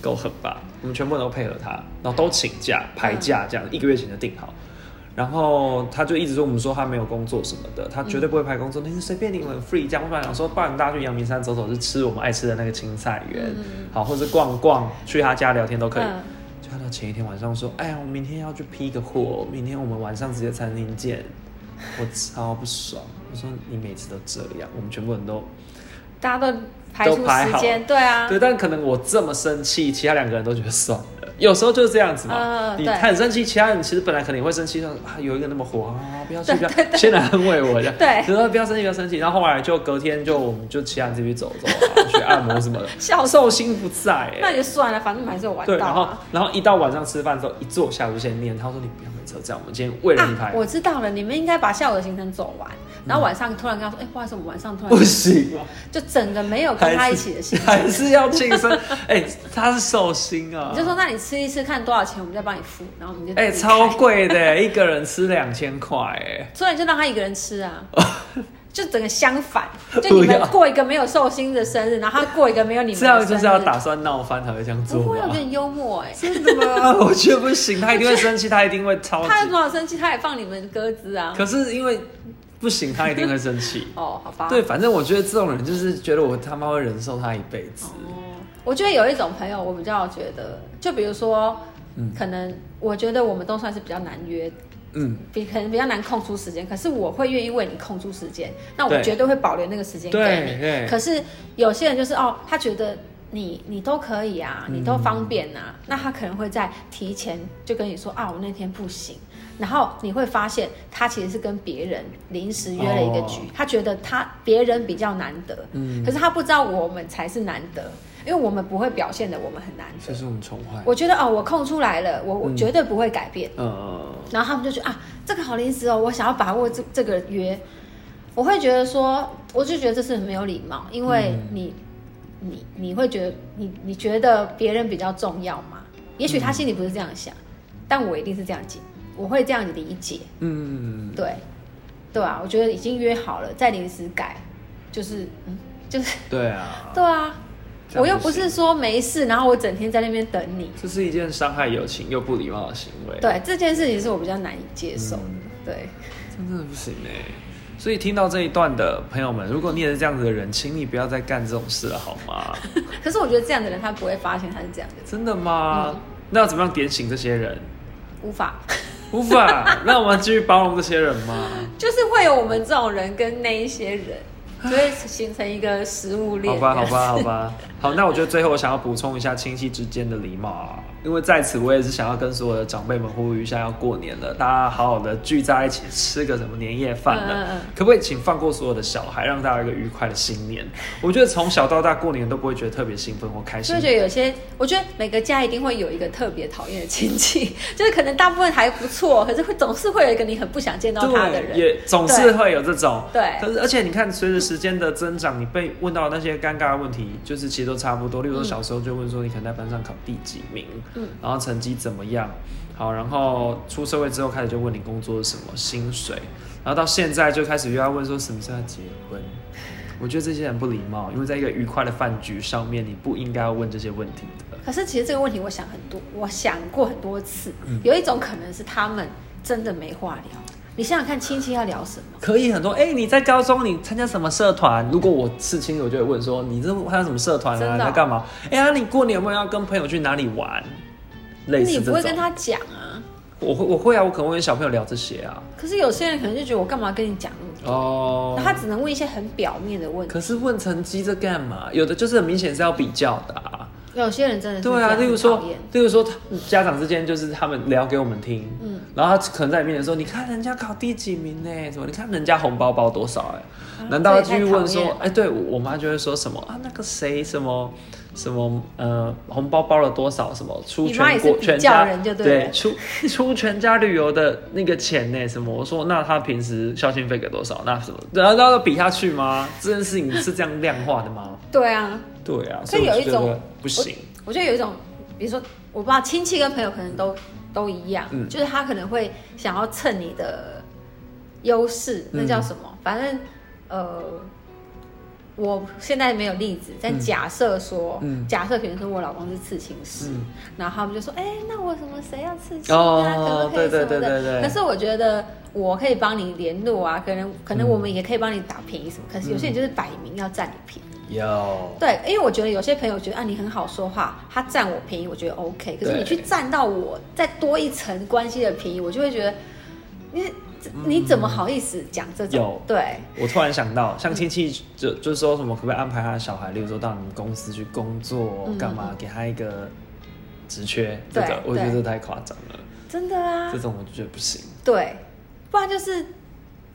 [SPEAKER 1] 够狠吧？我们全部人都配合他，然后都请假排假，这样一个月前就定好。然后他就一直说我们说他没有工作什么的，他绝对不会排工作，那就随便你们 free 这样。不然想说，不然大家去阳明山走走，去吃我们爱吃的那个青菜园，
[SPEAKER 2] 嗯嗯
[SPEAKER 1] 好，或是逛逛，去他家聊天都可以。
[SPEAKER 2] 嗯
[SPEAKER 1] 就他到前一天晚上说，哎呀，我明天要去批个货，明天我们晚上直接餐厅见。我超不爽，我说你每次都这样，我们全部人都
[SPEAKER 2] 大家都排出
[SPEAKER 1] 都排
[SPEAKER 2] 时
[SPEAKER 1] 好
[SPEAKER 2] 间，对啊，
[SPEAKER 1] 对，但可能我这么生气，其他两个人都觉得算了。有时候就是这样子嘛，
[SPEAKER 2] 嗯
[SPEAKER 1] 你
[SPEAKER 2] 对
[SPEAKER 1] 很生气，其他人其实本来可能也会生气，说啊有一个那么火啊，不要气，不
[SPEAKER 2] [laughs] 对
[SPEAKER 1] 要先来安慰我一下，
[SPEAKER 2] 对
[SPEAKER 1] 就说不要生气，不要生气。然后后来就隔天就我们就其他人自己去走走啊，去按摩什么的，
[SPEAKER 2] 笑死
[SPEAKER 1] 寿星不在、欸，
[SPEAKER 2] 那也就算了，反正我们还是有玩
[SPEAKER 1] 对，
[SPEAKER 2] 到、
[SPEAKER 1] 然后
[SPEAKER 2] 啊。
[SPEAKER 1] 然后一到晚上吃饭的时候，一坐下我就先念，他说你不要每次都这样，我们今天为了你
[SPEAKER 2] 啊
[SPEAKER 1] 排，，
[SPEAKER 2] 我知道了，你们应该把下午的行程走完，然后晚上突然跟他说，哎、不好意思，我们晚上突
[SPEAKER 1] 嗯不
[SPEAKER 2] 然
[SPEAKER 1] 行，
[SPEAKER 2] 就整个没有
[SPEAKER 1] 还
[SPEAKER 2] 跟
[SPEAKER 1] 是
[SPEAKER 2] 他一
[SPEAKER 1] [laughs]
[SPEAKER 2] 起的行程，
[SPEAKER 1] 还是要庆生，哎、他是寿星啊，
[SPEAKER 2] [laughs] 你就说那你吃一吃看多少钱，我们再帮你付，然后我们就
[SPEAKER 1] 哎、
[SPEAKER 2] 自己
[SPEAKER 1] 超
[SPEAKER 2] 开，
[SPEAKER 1] 贵的，一个人吃两千块，哎，
[SPEAKER 2] 所以就让他一个人吃啊。 [laughs] 就整个相反，就
[SPEAKER 1] 哦不
[SPEAKER 2] 你们
[SPEAKER 1] 要
[SPEAKER 2] 过一个没有寿星的生日，然后他过一个没有你们
[SPEAKER 1] [laughs] 这
[SPEAKER 2] 的生
[SPEAKER 1] 样
[SPEAKER 2] 日，
[SPEAKER 1] 就是要啊打算闹翻才会这样做
[SPEAKER 2] 不会，我啊
[SPEAKER 1] 吧
[SPEAKER 2] 觉得？很幽默哎、
[SPEAKER 1] 真的
[SPEAKER 2] [laughs]
[SPEAKER 1] 吗？我觉得不行，他一定会生气，他一定会超级。
[SPEAKER 2] 他有什么好生气？他也放你们鸽子啊。。
[SPEAKER 1] 可是因为不行，他一定会生气
[SPEAKER 2] [laughs] 哦，好吧。
[SPEAKER 1] 对，反正我觉得这种人就是觉得我他妈会忍受他一辈子。
[SPEAKER 2] 哦，我觉得有一种朋友，我比较觉得，就比如说，可能我觉得我们都算是比较难约，
[SPEAKER 1] 嗯，
[SPEAKER 2] 比可能比较难空出时间，可是我会愿意为你空出时间，那我
[SPEAKER 1] 对
[SPEAKER 2] 绝对会保留那个时间给
[SPEAKER 1] 对
[SPEAKER 2] 你。
[SPEAKER 1] 对
[SPEAKER 2] 可是有些人就是哦，他觉得。你你都可以啊，你
[SPEAKER 1] 嗯
[SPEAKER 2] 都方便啊，那他可能会在提前就跟你说啊，我那天不行，然后你会发现他其实是跟别人临时约了一个局，
[SPEAKER 1] 哦
[SPEAKER 2] 他觉得他别人比较难得，
[SPEAKER 1] 嗯
[SPEAKER 2] 可是他不知道我们才是难得，因为我们不会表现的，我们很难
[SPEAKER 1] 所以
[SPEAKER 2] 得。
[SPEAKER 1] 是我们宠坏。
[SPEAKER 2] 我觉得哦，我空出来了，我我
[SPEAKER 1] 嗯
[SPEAKER 2] 绝对不会改变。
[SPEAKER 1] 嗯，
[SPEAKER 2] 然后他们就觉得啊，这个好临时哦，我想要把握这这个约，我会觉得说，我就觉得这是很没有礼貌，因为
[SPEAKER 1] 嗯
[SPEAKER 2] 你、你你会觉得你你觉得别人比较重要嘛？也许他心里不是这样想，但我一定是这样解，我会这样理解，
[SPEAKER 1] 嗯，
[SPEAKER 2] 对对啊，我觉得已经约好了，再临时改，就是嗯， [laughs] 就是，
[SPEAKER 1] 对啊
[SPEAKER 2] 对啊，
[SPEAKER 1] 这样
[SPEAKER 2] 我又
[SPEAKER 1] 不
[SPEAKER 2] 不是
[SPEAKER 1] 行
[SPEAKER 2] 说没事，然后我整天在那边等你，
[SPEAKER 1] 这是一件伤害友情又不礼貌的行为。
[SPEAKER 2] 对这件事情是我比较难以接受的，
[SPEAKER 1] 嗯
[SPEAKER 2] 对。
[SPEAKER 1] 真的不行哎、所以听到这一段的朋友们，如果你也是这样子的人，请你不要再干这种事了，好吗？
[SPEAKER 2] [laughs] 可是我觉得这样的人他不会发现他是这样的人，
[SPEAKER 1] 真的吗？
[SPEAKER 2] 嗯
[SPEAKER 1] 那要怎么样点醒这些人？
[SPEAKER 2] 无法， [laughs]
[SPEAKER 1] 无法， [laughs] 那我们继续包容这些人吗？
[SPEAKER 2] 就是会有我们这种人跟那一些人，就会形成一个食物链。
[SPEAKER 1] 好吧，好
[SPEAKER 2] 这
[SPEAKER 1] 吧，
[SPEAKER 2] 样
[SPEAKER 1] 好
[SPEAKER 2] 子。
[SPEAKER 1] 吧，好。那我觉得最后我想要补充一下亲戚之间的礼貌啊，因为在此我也是想要跟所有的长辈们呼吁一下，要过年了，大家好好的聚在一起吃个什么年夜饭呢？
[SPEAKER 2] 嗯嗯嗯
[SPEAKER 1] 可不可以请放过所有的小孩，让大家有一个愉快的新年？我觉得从小到大过年都不会觉得特别兴奋或开
[SPEAKER 2] [laughs] 就
[SPEAKER 1] 心
[SPEAKER 2] 会，觉得有些，我觉得每个家一定会有一个特别讨厌的亲戚， [laughs] 就是可能大部分还不错，可是会总是会有一个你很不想见到他的
[SPEAKER 1] 对，
[SPEAKER 2] 人。
[SPEAKER 1] 也总是会有这种。
[SPEAKER 2] 对
[SPEAKER 1] 可是而且你看，随着时间的增长，你被问到的那些尴尬的问题，就是其实都差不多。例如说，小时候就问说你可能在班上考第几名，
[SPEAKER 2] 嗯，
[SPEAKER 1] 然后成绩怎么样？好，然后出社会之后开始就问你工作是什么薪水，然后到现在就开始又要问说什么时候要结婚。我觉得这些人不礼貌，因为在一个愉快的饭局上面，你不应该要问这些问题的。
[SPEAKER 2] 可是其实这个问题我想很多，我想过很多次，
[SPEAKER 1] 嗯
[SPEAKER 2] 有一种可能是他们真的没话聊。你想想看，亲戚要聊什么？
[SPEAKER 1] 可以很多哎、你在高中你参加什么社团？如果我是亲戚，我就会问说你这参加什么社团
[SPEAKER 2] 真的
[SPEAKER 1] 啊？
[SPEAKER 2] 哦
[SPEAKER 1] 你在干嘛？哎、呀、你过年有没有要跟朋友去哪里玩？类
[SPEAKER 2] 你
[SPEAKER 1] 似
[SPEAKER 2] 不
[SPEAKER 1] 这
[SPEAKER 2] 会跟
[SPEAKER 1] 种，
[SPEAKER 2] 他讲啊。
[SPEAKER 1] 我会我会啊，我可能会跟小朋友聊这些啊。
[SPEAKER 2] 可是有些人可能就觉得我干嘛跟你讲那么多
[SPEAKER 1] 哦
[SPEAKER 2] 那，他只能问一些很表面的问题。
[SPEAKER 1] 可是问成绩这干嘛？有的就是很明显是要比较的啊。
[SPEAKER 2] 有些人真的是
[SPEAKER 1] 对啊，
[SPEAKER 2] 这
[SPEAKER 1] 例如
[SPEAKER 2] 样很
[SPEAKER 1] 说
[SPEAKER 2] 讨厌，
[SPEAKER 1] 例如说他家长之间就是他们聊给我们听，
[SPEAKER 2] 嗯
[SPEAKER 1] 嗯，然后他可能在里面说，你看人家考第几名呢？什么？你看人家红包包多少？哎、难道要继续问
[SPEAKER 2] 啊这也太讨
[SPEAKER 1] 说
[SPEAKER 2] 厌了，
[SPEAKER 1] 哎、对我我妈就会说什么啊？那个谁什么什么呃，红包包了多少？什么出
[SPEAKER 2] 你妈也
[SPEAKER 1] 全
[SPEAKER 2] 是
[SPEAKER 1] 国
[SPEAKER 2] 比
[SPEAKER 1] 全
[SPEAKER 2] 较
[SPEAKER 1] 家
[SPEAKER 2] 人就对了
[SPEAKER 1] 对出出全家旅游的那个钱呢？什么？我说那他平时孝心费给多少？那什么？然后要比下去吗？这件事情是这样量化的吗？
[SPEAKER 2] 对啊，
[SPEAKER 1] 对啊，所
[SPEAKER 2] 所以
[SPEAKER 1] 以我
[SPEAKER 2] 有一
[SPEAKER 1] 就觉
[SPEAKER 2] 种
[SPEAKER 1] 得不行。
[SPEAKER 2] 我觉得有一种，比如说，我不知道亲戚跟朋友可能都都一样，
[SPEAKER 1] 嗯
[SPEAKER 2] 就是他可能会想要蹭你的优势，那叫
[SPEAKER 1] 嗯
[SPEAKER 2] 什么？反正呃，我现在没有例子，但
[SPEAKER 1] 嗯
[SPEAKER 2] 假设说，
[SPEAKER 1] 嗯
[SPEAKER 2] 假设比如说我老公是刺青师，
[SPEAKER 1] 嗯
[SPEAKER 2] 然后他们就说，哎、那我什么谁要刺青啊，可
[SPEAKER 1] 哦
[SPEAKER 2] 不，可
[SPEAKER 1] 对
[SPEAKER 2] 以什
[SPEAKER 1] 对对
[SPEAKER 2] 么的？
[SPEAKER 1] 对对，
[SPEAKER 2] 可是我觉得我可以帮你联络啊，可能可能我们也可以帮你打便宜什么。可
[SPEAKER 1] 嗯
[SPEAKER 2] 是有些人就是摆明要占你便宜。
[SPEAKER 1] 有
[SPEAKER 2] 对，因为我觉得有些朋友觉得啊你很好说话，他占我便宜，我觉得 OK。可是
[SPEAKER 1] 对
[SPEAKER 2] 你去占到我再多一层关系的便宜，我就会觉得你你怎么好意思讲这种
[SPEAKER 1] 有？
[SPEAKER 2] 对，
[SPEAKER 1] 我突然想到，像亲戚就就是说什么，可不可以安排他的小孩，例如说到你们公司去工作
[SPEAKER 2] 嗯，
[SPEAKER 1] 干嘛，给他一个职缺，这
[SPEAKER 2] 对
[SPEAKER 1] 个我觉得
[SPEAKER 2] 对
[SPEAKER 1] 这太夸张了，
[SPEAKER 2] 真的啊
[SPEAKER 1] 这，种我就觉得不行。
[SPEAKER 2] 对，不然就是。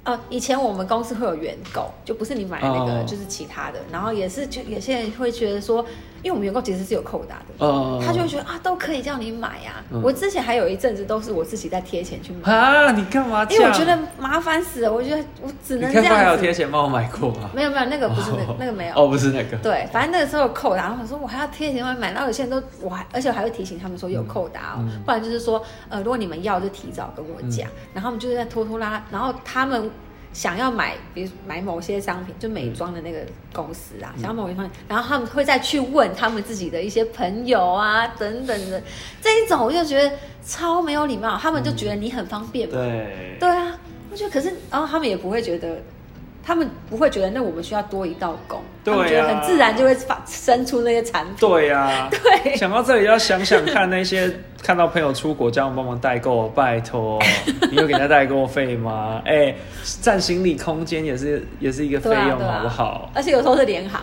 [SPEAKER 2] 哦，以前我们公司会有员工，就不是你买的那个，
[SPEAKER 1] 哦
[SPEAKER 2] 就是其他的。然后也是，就有些人会觉得说，因为我们员工其实是有扣打的，
[SPEAKER 1] 呃，
[SPEAKER 2] 他就会觉得啊，都可以叫你买呀、
[SPEAKER 1] 嗯
[SPEAKER 2] 我之前还有一阵子都是我自己在贴钱去买，
[SPEAKER 1] 啊，你干嘛这
[SPEAKER 2] 因
[SPEAKER 1] 样？
[SPEAKER 2] 为我觉得麻烦死了，我觉得我只
[SPEAKER 1] 你
[SPEAKER 2] 能
[SPEAKER 1] 看
[SPEAKER 2] 这
[SPEAKER 1] 过还有
[SPEAKER 2] 样
[SPEAKER 1] 贴
[SPEAKER 2] 子。
[SPEAKER 1] 钱帮我买过吗？
[SPEAKER 2] 没有没有，那个不是那个
[SPEAKER 1] 哦
[SPEAKER 2] 那个没
[SPEAKER 1] [laughs]
[SPEAKER 2] 有。
[SPEAKER 1] 哦，不是那个，
[SPEAKER 2] 对，反正那个时候有扣打，然后我说我还要贴钱外买，然后有些人都我还，而且我还会提醒他们说有扣打哦，
[SPEAKER 1] 嗯嗯嗯
[SPEAKER 2] 不然就是说呃，如果你们要就提早跟我讲，然后他们就是在拖拖拉拉，然后他们想要买，比如买某些商品，就
[SPEAKER 1] 嗯
[SPEAKER 2] 美妆的那个公司啊，想要买某些商品，然后他们会再去问他们自己的一些朋友啊等等的，这一种我就觉得超没有礼貌，他们就觉得你很方便嘛，
[SPEAKER 1] 对
[SPEAKER 2] 对啊，我觉得可是，然后他们也不会觉得，他们不会觉得那我们需要多一道工，
[SPEAKER 1] 对啊
[SPEAKER 2] 他们觉得很自然就会发生出那些产品。。
[SPEAKER 1] 对呀
[SPEAKER 2] 对，
[SPEAKER 1] [laughs] 想到这里，要想想看那
[SPEAKER 2] [laughs]
[SPEAKER 1] 些看到朋友出国叫我们帮忙代购，拜托，你有给人家代购费吗？哎、占行李空间也是也是一 [laughs] 个费
[SPEAKER 2] 对啊，
[SPEAKER 1] 用，
[SPEAKER 2] 对啊，
[SPEAKER 1] 好不好？
[SPEAKER 2] 而且有时候是联
[SPEAKER 1] [laughs]
[SPEAKER 2] 行，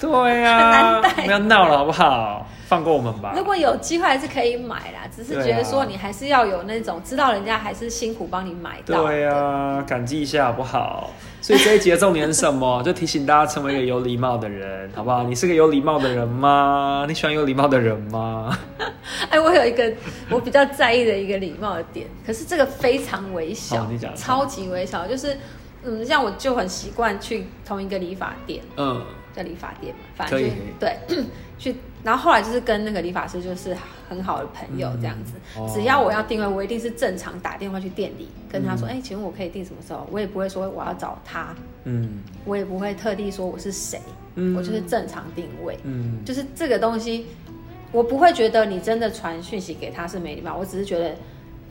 [SPEAKER 1] 对呀、
[SPEAKER 2] 很难带
[SPEAKER 1] 不要闹了好不好？放过我们吧。
[SPEAKER 2] 如果有机会还是可以买啦，只是觉
[SPEAKER 1] 对
[SPEAKER 2] 得
[SPEAKER 1] 啊
[SPEAKER 2] 说你还是要有那种知道人家还是辛苦帮你买到。
[SPEAKER 1] 对啊呀、感激一下好不好？所以这一集的重点是什
[SPEAKER 2] [laughs]
[SPEAKER 1] 么？就提醒大家成为一个有礼貌的人，好不好？你是个有礼貌的人吗？你喜欢有礼貌的人吗？
[SPEAKER 2] 哎，我有一个 [laughs] 我比较在意的一个礼貌的点，可是这个非常微小
[SPEAKER 1] 好你讲，
[SPEAKER 2] 超级微小，就是嗯，像我就很习惯去同一个理发店。
[SPEAKER 1] 嗯，
[SPEAKER 2] 叫理发店嘛，反正
[SPEAKER 1] 可
[SPEAKER 2] 就
[SPEAKER 1] 以
[SPEAKER 2] 是对 [clears throat] 去，然后后来就是跟那个理发师就是很好的朋友这样子。
[SPEAKER 1] 嗯哦
[SPEAKER 2] 只要我要定位，我一定是正常打电话去店里跟他说，哎、请问我可以定什么时候？我也不会说我要找他，
[SPEAKER 1] 嗯
[SPEAKER 2] 我也不会特地说我是谁，
[SPEAKER 1] 嗯
[SPEAKER 2] 我就是正常定位。
[SPEAKER 1] 嗯，
[SPEAKER 2] 就是这个东西，我不会觉得你真的传讯息给他是没礼貌，我只是觉得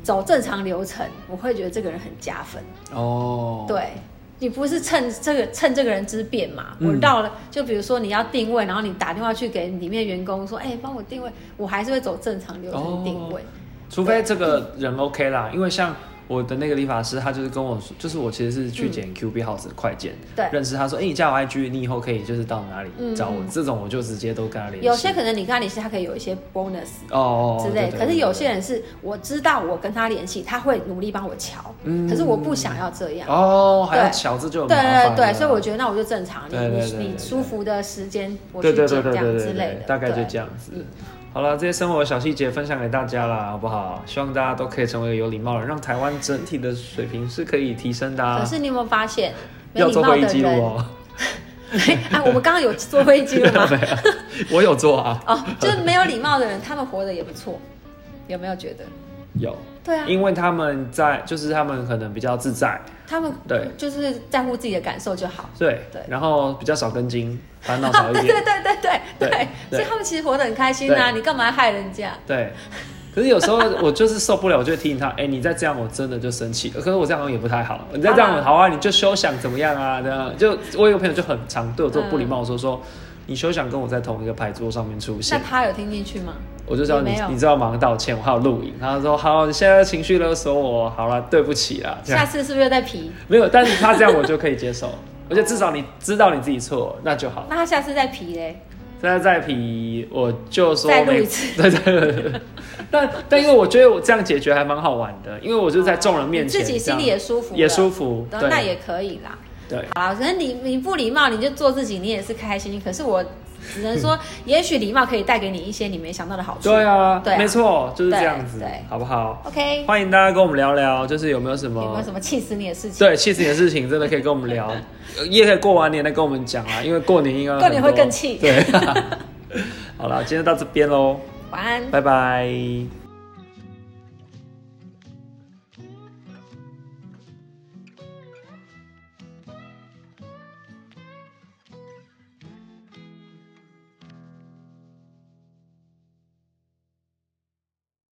[SPEAKER 2] 走正常流程，我会觉得这个人很加分。
[SPEAKER 1] 哦，
[SPEAKER 2] 对，你不是趁这个趁这个人之便嘛？
[SPEAKER 1] 嗯
[SPEAKER 2] 我到了，就比如说你要定位，然后你打电话去给里面员工说，哎、帮我定位，我还是会走正常流程定位。
[SPEAKER 1] 除非这个人 OK 啦，因为像我的那个理发师，他就是跟我说，就是我其实是去剪 Q B House 的快剪，
[SPEAKER 2] 嗯对
[SPEAKER 1] 认识他说，哎、你加我 IG，你以后可以就是到哪里
[SPEAKER 2] 嗯
[SPEAKER 1] 找我，这种我就直接都跟他联系。
[SPEAKER 2] 有些可能你跟他联系，他可以有一些 bonus
[SPEAKER 1] 哦哦哦
[SPEAKER 2] 之类，
[SPEAKER 1] 对对
[SPEAKER 2] 可是有
[SPEAKER 1] 对
[SPEAKER 2] 些人是我知道我跟他联系，他会努力帮我瞧，
[SPEAKER 1] 嗯
[SPEAKER 2] 可是我不想要这样。
[SPEAKER 1] 哦，还要
[SPEAKER 2] 对
[SPEAKER 1] 巧这就
[SPEAKER 2] 对
[SPEAKER 1] 很麻烦啊
[SPEAKER 2] 对
[SPEAKER 1] 了
[SPEAKER 2] 对，所以我觉得那我就正常，你
[SPEAKER 1] 对对对对
[SPEAKER 2] 你你
[SPEAKER 1] 对
[SPEAKER 2] 舒服的时间我去
[SPEAKER 1] 对对对
[SPEAKER 2] 剪这
[SPEAKER 1] 对
[SPEAKER 2] 样
[SPEAKER 1] 对
[SPEAKER 2] 之
[SPEAKER 1] 对
[SPEAKER 2] 类
[SPEAKER 1] 对
[SPEAKER 2] 的，，
[SPEAKER 1] 大概就
[SPEAKER 2] 对
[SPEAKER 1] 这样子
[SPEAKER 2] 嗯。
[SPEAKER 1] 好了，这些生活小细节分享给大家啦，好不好？希望大家都可以成为一个有礼貌的人，让台湾整体的水平是可以提升的、啊。
[SPEAKER 2] 可是你有没有发现，没
[SPEAKER 1] 要
[SPEAKER 2] 礼
[SPEAKER 1] 做
[SPEAKER 2] 貌
[SPEAKER 1] 会议
[SPEAKER 2] 的
[SPEAKER 1] 记录
[SPEAKER 2] 人
[SPEAKER 1] 哦，
[SPEAKER 2] 哎，我们刚刚有做会议记
[SPEAKER 1] [laughs]
[SPEAKER 2] 录吗？
[SPEAKER 1] 我有做啊，
[SPEAKER 2] 哦，就是没有礼貌的人，他们活得也不错，有没有觉得？
[SPEAKER 1] 有，
[SPEAKER 2] 对啊，
[SPEAKER 1] 因为他们在，就是他们可能比较自在，
[SPEAKER 2] 他们
[SPEAKER 1] 对
[SPEAKER 2] 就是在乎自己的感受就好。
[SPEAKER 1] 对，
[SPEAKER 2] 对
[SPEAKER 1] 然后比较少跟筋，烦
[SPEAKER 2] [laughs]
[SPEAKER 1] 恼
[SPEAKER 2] 啊
[SPEAKER 1] 少一
[SPEAKER 2] 对
[SPEAKER 1] 点
[SPEAKER 2] 对，对对对
[SPEAKER 1] 对
[SPEAKER 2] 对，
[SPEAKER 1] 对
[SPEAKER 2] 所以他们其实活得很开心啊！
[SPEAKER 1] 对
[SPEAKER 2] 你干嘛害人家？
[SPEAKER 1] 对。可是有时候我就是受不了，我就会提醒他，哎、你再这样我真的就生气。可是我这样好像也不太好，你再这
[SPEAKER 2] 好啦
[SPEAKER 1] 样好啊，你就休想怎么样啊？这样就我有个朋友就很常对我做不礼貌，我说说你休想跟我在同一个牌桌上面出
[SPEAKER 2] 嗯那
[SPEAKER 1] 现，
[SPEAKER 2] 他有听进去吗？
[SPEAKER 1] 我就知道你
[SPEAKER 2] 也没有
[SPEAKER 1] 你知道忙道歉，我还有录影，然后他说好，你现在情绪勒索我，好了，对啊不起啦，这样
[SPEAKER 2] 下次是不是又在皮？
[SPEAKER 1] 没有，但是他这样我就可以接受， [laughs] 我觉得至少你知道你自己错，那就好。
[SPEAKER 2] 那他下次再皮嘞？
[SPEAKER 1] 现在再皮，我就说
[SPEAKER 2] 再录
[SPEAKER 1] 没 [laughs]
[SPEAKER 2] 一次
[SPEAKER 1] 对对对。对 [laughs] 但但因为我觉得我这样解决还蛮好玩的，因为我就在众人面前
[SPEAKER 2] 哦你自己心里也舒服了，
[SPEAKER 1] 也舒服，
[SPEAKER 2] 那
[SPEAKER 1] 对
[SPEAKER 2] 那也可以啦。
[SPEAKER 1] 对。
[SPEAKER 2] 好啦，可能你你不礼貌，你就做自己，你也是开心。可是我只能
[SPEAKER 1] [laughs]
[SPEAKER 2] 说，也许礼貌可以带给你一些你没想到的好处。
[SPEAKER 1] 对啊，
[SPEAKER 2] 对啊
[SPEAKER 1] 没错，就是这样子
[SPEAKER 2] 对对，
[SPEAKER 1] 好不好？
[SPEAKER 2] ，OK，
[SPEAKER 1] 欢迎大家跟我们聊聊，就是有没有什么
[SPEAKER 2] 有没有什么气死你的事情？
[SPEAKER 1] 对气死你的事情，真的可以跟我们聊，
[SPEAKER 2] [laughs]
[SPEAKER 1] 呃也可以过完年再跟我们讲啊，因为过年应该有
[SPEAKER 2] 过
[SPEAKER 1] 很
[SPEAKER 2] 年
[SPEAKER 1] 多 [laughs]
[SPEAKER 2] 会更气
[SPEAKER 1] 对，好啦，今天到这边喽，
[SPEAKER 2] 晚安。
[SPEAKER 1] 拜拜。